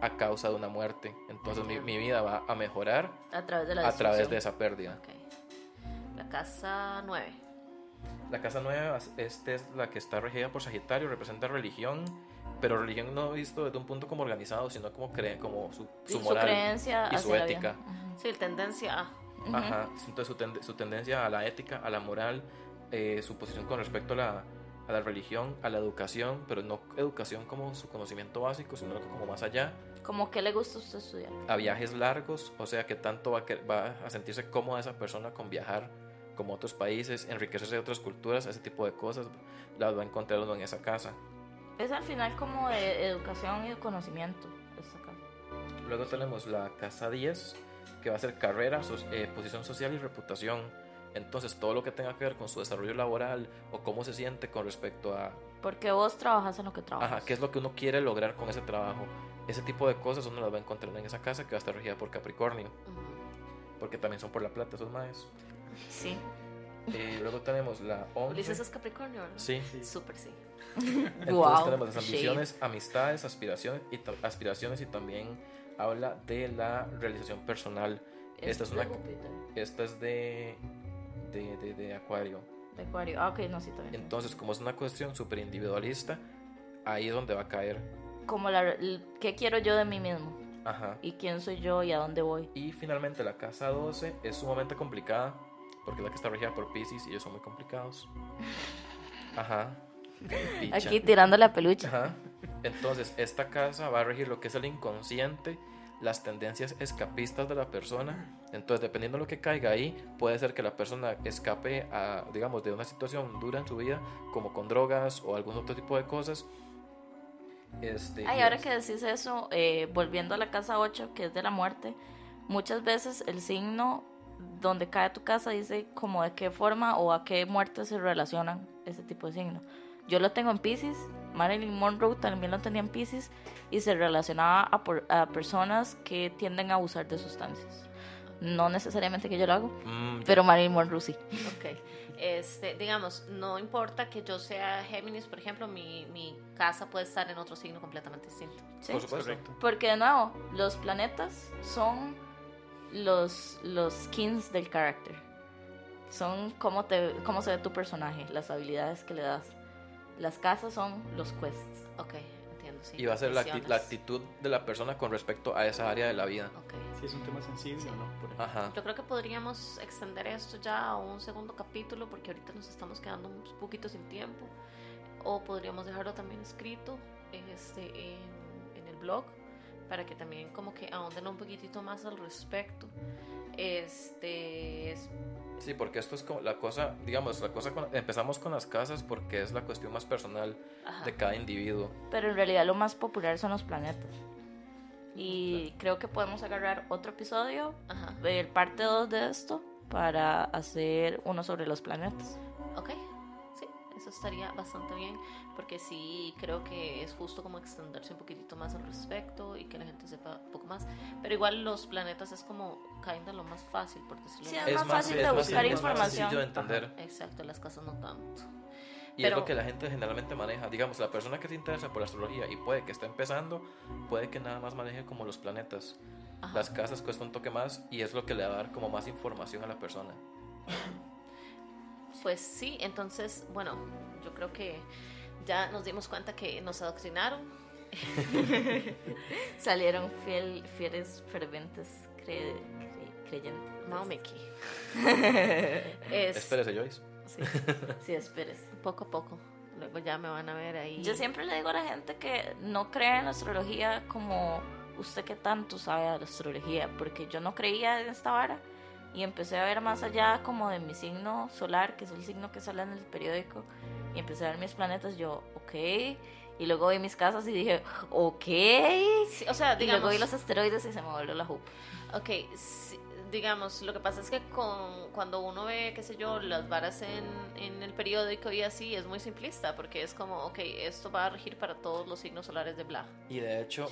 Speaker 2: a causa de una muerte. Entonces mi, mi vida va a mejorar
Speaker 1: A través de la
Speaker 2: a
Speaker 1: destrucción.
Speaker 2: través de esa pérdida.
Speaker 4: Ok. La casa 9.
Speaker 2: La casa nueva, esta es la que está regida por Sagitario, representa religión, pero religión no visto desde un punto como organizado, sino como, cre como su,
Speaker 1: Y
Speaker 2: su moral
Speaker 1: creencia
Speaker 2: y
Speaker 1: hacia
Speaker 2: su
Speaker 1: la vida.
Speaker 2: ética.
Speaker 1: Ujú.
Speaker 4: Sí, el tendencia A.
Speaker 1: Ujú.
Speaker 2: Ajá, entonces su, tende- su tendencia a la ética, a la moral, eh, su posición con respecto a la, a la religión, a la educación, pero no educación como su conocimiento básico, sino algo como más allá,
Speaker 1: Como que le gusta a usted estudiar.
Speaker 2: a viajes largos, o sea que tanto va a, quer- va a sentirse cómoda esa persona con viajar como a otros países, enriquecerse de otras culturas, ese tipo de cosas, las va a encontrar uno en esa casa.
Speaker 1: Es al final como de educación y de conocimiento. esta casa.
Speaker 2: Luego tenemos la casa 10, que va a ser carrera, so- eh, posición social y reputación. Entonces, todo lo que tenga que ver con su desarrollo laboral o cómo se siente con respecto a
Speaker 1: Porque vos trabajas en lo que trabajas.
Speaker 2: ajá, qué es lo que uno quiere lograr con ese trabajo. Ese tipo de cosas uno las va a encontrar en esa casa que va a estar regida por Capricornio,
Speaker 4: Ujú.
Speaker 2: porque también son por la plata esos maes.
Speaker 1: Sí.
Speaker 2: Eh, luego tenemos la 11.
Speaker 4: Ulises es Capricornio, ¿no?
Speaker 2: Sí.
Speaker 4: Súper sí.
Speaker 2: Entonces
Speaker 1: Guau,
Speaker 2: tenemos las
Speaker 1: shade.
Speaker 2: ambiciones, amistades, aspiraciones y, ta- aspiraciones y también habla de la realización personal. Esta es
Speaker 1: de
Speaker 2: una-
Speaker 1: Júpiter,
Speaker 2: Esta es de, de, de, de Acuario.
Speaker 1: De Acuario. Ah, ok, no, sí, también.
Speaker 2: Entonces, como es una cuestión súper individualista, ahí es donde va a caer.
Speaker 1: Como la, el- ¿Qué quiero yo de mí mismo?
Speaker 2: Ajá.
Speaker 1: ¿Y quién soy yo y a dónde voy?
Speaker 2: Y finalmente, la casa 12 es sumamente complicada porque es la que está regida por Pisces y ellos son muy complicados. Ajá. Picha.
Speaker 1: Aquí tirando la peluche.
Speaker 2: Ajá. Entonces, esta casa va a regir lo que es el inconsciente, las tendencias escapistas de la persona. Entonces, dependiendo de lo que caiga ahí, puede ser que la persona escape, a, digamos, de una situación dura en su vida, como con drogas o algún otro tipo de cosas. Este,
Speaker 1: Ay,
Speaker 2: y
Speaker 1: ahora
Speaker 2: es-
Speaker 1: que decís eso, eh, volviendo a la casa 8, que es de la muerte, muchas veces el signo donde cae tu casa dice como de qué forma o a qué muerte se relacionan ese tipo de signos. Yo lo tengo en Pisces, Marilyn Monroe también lo tenía en Pisces y se relacionaba a, por- a personas que tienden a abusar de sustancias. No necesariamente que yo lo hago,
Speaker 2: Mm, ya.
Speaker 1: pero Marilyn Monroe sí.
Speaker 4: Ok. Este, digamos, no importa que yo sea Géminis, por ejemplo, mi, mi casa puede estar en otro signo completamente distinto.
Speaker 1: Sí.
Speaker 2: Por supuesto.
Speaker 3: Correcto.
Speaker 1: Porque de nuevo, los planetas son los, los skins del carácter. Son cómo, te, cómo se ve tu personaje, las habilidades que le das. Las casas son los quests.
Speaker 4: Ok, entiendo, sí.
Speaker 2: Y va a ser la, acti- la
Speaker 4: Visiones.
Speaker 2: actitud de la persona con respecto a esa área de la vida.
Speaker 4: Ok.
Speaker 3: Si es un tema sensible o no, por ejemplo.
Speaker 2: Ajá.
Speaker 4: Yo creo que podríamos extender esto ya a un segundo capítulo porque ahorita nos estamos quedando un poquito sin tiempo. O podríamos dejarlo también escrito en, este, en, en el blog para que también como que ahonden un poquitito más al respecto. Este es
Speaker 2: Sí, porque esto es como la cosa, digamos, la cosa con- empezamos con las casas porque es la cuestión más personal
Speaker 4: ajá,
Speaker 2: de cada individuo.
Speaker 1: Pero en realidad lo más popular son los planetas. Y creo que podemos agarrar otro episodio
Speaker 4: ajá.
Speaker 1: del parte 2 de esto para hacer uno sobre los planetas.
Speaker 4: Ok, sí, eso estaría bastante bien, porque sí creo que es justo como extenderse un poquitito más al respecto y que la gente sepa un poco más. Pero igual los planetas es como kinda lo más fácil, por decirlo
Speaker 1: Sí,
Speaker 4: de
Speaker 1: Es
Speaker 4: alguna
Speaker 1: más fácil de buscar
Speaker 2: es más
Speaker 1: información.
Speaker 2: sencillo de entender.
Speaker 4: manera. Exacto, las casas no tanto.
Speaker 2: Y es
Speaker 4: Pero-
Speaker 2: lo que la gente generalmente maneja. Digamos, la persona que se interesa por astrología y puede que esté empezando, puede que nada más maneje como los planetas.
Speaker 4: Ajá.
Speaker 2: Las casas cuesta un toque más y es lo que le va a dar como más información a la persona.
Speaker 4: Pues sí, entonces, bueno, yo creo que ya nos dimos cuenta que nos adoctrinaron.
Speaker 1: Salieron fiel, fieles, ferventes, cre- cre- creyentes.
Speaker 4: Mao Miki. Es-
Speaker 2: Espérese, Joyce.
Speaker 4: sí,
Speaker 1: Sí, espérese.
Speaker 4: poco a poco. Luego ya me van a ver ahí.
Speaker 1: Yo siempre le digo a la gente que no cree en la astrología como usted que tanto sabe de la astrología, porque yo no creía en esta vara y empecé a ver más allá como de mi signo solar, que es el signo que sale en el periódico, y empecé a ver mis planetas, yo, ok, y luego vi mis casas y dije, ok,
Speaker 4: Sí, o sea,
Speaker 1: y
Speaker 4: digamos.
Speaker 1: luego vi los asteroides y se me volvió la jupa.
Speaker 4: Ok, sí, digamos, lo que pasa es que con, cuando uno ve, qué sé yo, las varas en, en el periódico y así, es muy simplista, porque es como, ok, esto va a regir para todos los signos solares de bla.
Speaker 2: Y de hecho,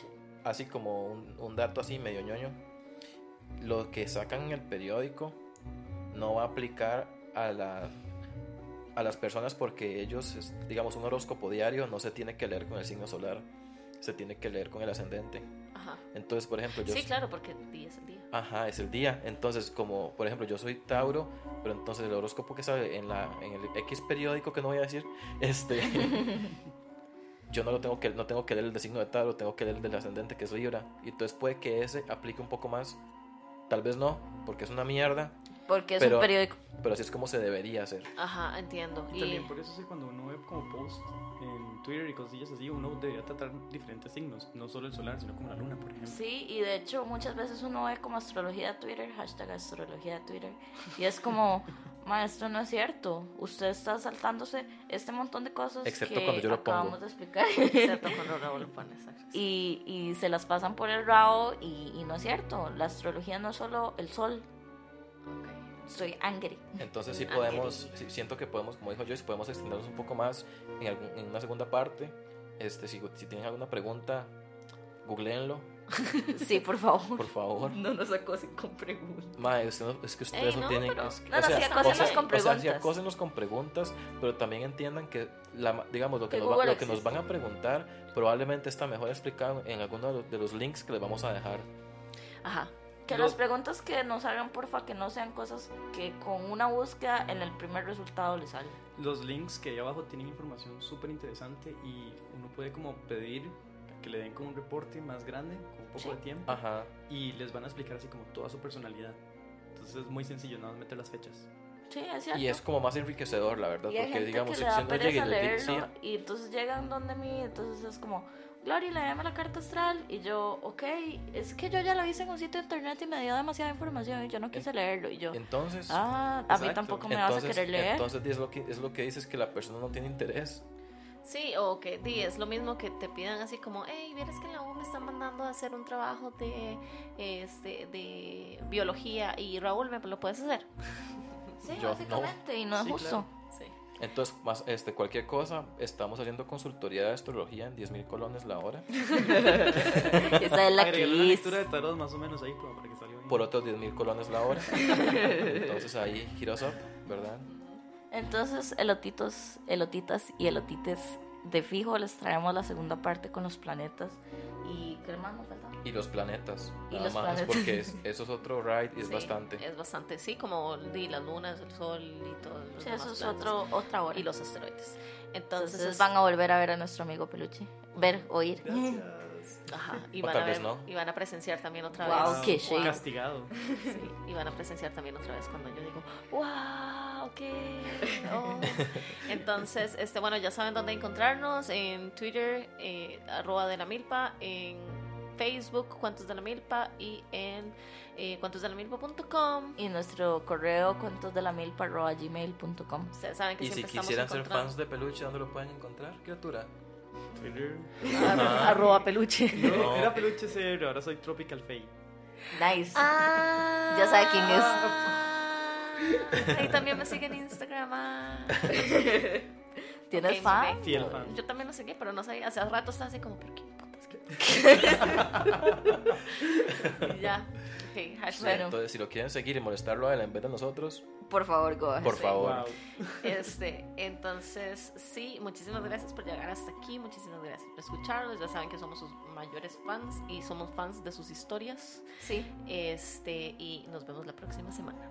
Speaker 2: así como un, un dato así medio ñoño, lo que sacan en el periódico no va a aplicar a, la, a las personas porque ellos, es- digamos, un horóscopo diario no se tiene que leer con el signo solar, se tiene que leer con el ascendente.
Speaker 4: Ajá.
Speaker 2: Entonces, por ejemplo, yo...
Speaker 4: Sí, claro, porque el día es el día.
Speaker 2: Ajá, es el día. Entonces, como por ejemplo, yo soy Tauro, pero entonces el horóscopo que sale en, la, en el X periódico que no voy a decir, este. yo no lo tengo que, no tengo que leer el de signo de Tauro, tengo que leer el del ascendente que es Libra. Y entonces puede que ese aplique un poco más. Tal vez no, porque es una mierda,
Speaker 1: Porque es
Speaker 2: Pero-
Speaker 1: un periódico.
Speaker 2: pero así es como se debería hacer.
Speaker 4: Ajá, entiendo.
Speaker 3: Y también por eso es que cuando uno ve como post en Twitter y cosillas así, uno debería tratar diferentes signos, no solo el solar, sino como la luna, por ejemplo.
Speaker 1: Sí, y de hecho muchas veces uno ve como astrología de Twitter, hashtag astrología de Twitter, y es como, ma, esto no es cierto, usted está saltándose este montón de cosas
Speaker 2: Excepto
Speaker 1: que
Speaker 2: cuando yo lo pongo.
Speaker 1: acabamos de explicar,
Speaker 4: Excepto cuando Raúl lo pone, exacto.
Speaker 1: y, y se las pasan por el rabo, y, y no es cierto, la astrología no es solo el sol,
Speaker 4: Ok.
Speaker 1: estoy angry.
Speaker 2: Entonces sí
Speaker 4: Ah,
Speaker 2: podemos, sí, siento que podemos, como dijo Joyce, podemos extendernos un poco más en, algún- en una segunda parte. Este, si, si tienen alguna pregunta, googleenlo,
Speaker 1: Sí, por favor.
Speaker 2: por favor.
Speaker 1: No nos acosen con preguntas.
Speaker 2: Mae, usted no- es que ustedes no,
Speaker 4: no,
Speaker 2: tienen.
Speaker 4: pero-
Speaker 2: es-
Speaker 1: No, no, sí, acósenos con
Speaker 2: O sea, sí,
Speaker 1: preguntas.
Speaker 2: acósenos con preguntas, pero también entiendan que, la, ma- digamos, lo que,
Speaker 1: Que
Speaker 2: nos va-
Speaker 1: Google
Speaker 2: lo que nos
Speaker 1: existe.
Speaker 2: van a preguntar probablemente está mejor explicado en alguno de los, de los links que les vamos a dejar.
Speaker 4: Ajá.
Speaker 1: Que
Speaker 3: Yo-
Speaker 1: las preguntas que nos hagan, porfa, que no sean cosas que con una búsqueda en el primer resultado les salen.
Speaker 3: Los links que ahí abajo tienen información súper interesante y uno puede como pedir que le den como un reporte más grande, con un poco
Speaker 1: Sí.
Speaker 3: de tiempo,
Speaker 2: Ajá.
Speaker 3: y les van a explicar así como toda su personalidad. Entonces es muy sencillo, nada más meter las fechas.
Speaker 1: Sí, es cierto.
Speaker 2: Y es como más enriquecedor, la verdad,
Speaker 1: Y hay
Speaker 2: porque
Speaker 1: gente
Speaker 2: digamos,
Speaker 1: que
Speaker 2: si,
Speaker 1: le da
Speaker 2: si no
Speaker 1: pereza
Speaker 2: llega y le di- sí,
Speaker 1: leerlo y entonces llegan donde mí, entonces es como, Glory, léeme la carta astral y yo, ok, es que yo ya la hice en un sitio de internet y me dio demasiada información y yo no quise leerlo y yo,
Speaker 2: entonces.
Speaker 1: ah, a mí
Speaker 3: Exacto.
Speaker 1: tampoco me vas a
Speaker 2: Entonces,
Speaker 1: querer leer.
Speaker 2: entonces es lo que es lo que dices que la persona no tiene interés.
Speaker 4: Sí, o que di, es lo mismo que te pidan así como, hey, vieras que en la U me están mandando a hacer un trabajo de, este, de biología y Raúl, ¿me lo puedes hacer?
Speaker 1: sí,
Speaker 2: yo no.
Speaker 1: básicamente, y no es
Speaker 3: Sí,
Speaker 1: justo.
Speaker 4: Sí.
Speaker 2: Entonces, más este cualquier cosa, estamos haciendo consultoría de astrología en 10.000 colones la hora.
Speaker 1: Esa es la que
Speaker 3: Agregar una
Speaker 1: hice.
Speaker 3: lectura de tarot más o menos ahí como para que salga bien.
Speaker 2: por otros 10 mil colones la hora. Entonces ahí, giros up, ¿verdad?
Speaker 1: Entonces, elotitos, elotitas y elotites de fijo les traemos la segunda parte con los planetas y qué más nos falta.
Speaker 2: Y los planetas,
Speaker 1: Y
Speaker 2: nada
Speaker 1: los
Speaker 2: más,
Speaker 1: planetas.
Speaker 2: porque es- eso es otro ride y es
Speaker 4: Sí,
Speaker 2: bastante.
Speaker 4: Es bastante, sí, como di, las lunas, el sol y todo.
Speaker 1: Sí, eso es otro, otra hora.
Speaker 4: Y los asteroides. Entonces,
Speaker 1: Entonces van a volver a ver a nuestro amigo Peluche. Ver, oír.
Speaker 3: Gracias.
Speaker 4: Ajá, y
Speaker 2: O
Speaker 4: van,
Speaker 2: tal
Speaker 4: a
Speaker 2: vez
Speaker 4: ver-
Speaker 2: no.
Speaker 4: y van a presenciar también otra
Speaker 1: Guau,
Speaker 4: vez.
Speaker 1: qué
Speaker 4: Guau,
Speaker 1: shame.
Speaker 3: Ah, Castigado.
Speaker 4: sí, y van a presenciar también otra vez cuando yo digo, wow, qué. oh". Entonces, este, bueno, ya saben dónde encontrarnos, en Twitter, eh, arroba de la milpa, en Facebook, Cuentos de la Milpa, y en eh, cuentosdelamilpa.com.
Speaker 1: Y nuestro correo cuentosdelamilpa.gmail.com
Speaker 4: Ustedes saben que
Speaker 2: Y si
Speaker 4: siempre estamos
Speaker 2: quisieran ser
Speaker 4: encontrando-
Speaker 2: fans de Peluche, ¿dónde lo pueden encontrar, criatura?
Speaker 3: Twitter.
Speaker 2: Ajá.
Speaker 1: Arroba peluche.
Speaker 2: No.
Speaker 3: No, era peluche CR, ahora soy Tropical Faye.
Speaker 1: Nice.
Speaker 4: Ah,
Speaker 1: Ya sabe quién es.
Speaker 4: Ah, Y también me siguen en Instagram. ah.
Speaker 1: ¿Tienes
Speaker 4: Ok,
Speaker 1: fan?
Speaker 3: Fiel fan.
Speaker 4: Yo también lo seguí, pero no sabía. Hace rato estaba así como, ¿pero qué putas que-" Y ya. Ok, hashtag.
Speaker 1: Bueno.
Speaker 2: Entonces, si lo quieren seguir y molestarlo a él en vez de nosotros,
Speaker 1: Por favor, go.
Speaker 2: por
Speaker 4: Pues sí.
Speaker 2: favor.
Speaker 3: Wow.
Speaker 4: Este, entonces, sí, muchísimas gracias por llegar hasta aquí, muchísimas gracias por escucharlos, ya saben que somos sus mayores fans y somos fans de sus historias.
Speaker 1: Sí.
Speaker 4: Este, y nos vemos la próxima semana.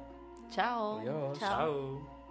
Speaker 4: Chao.
Speaker 2: Adiós.
Speaker 3: Chao.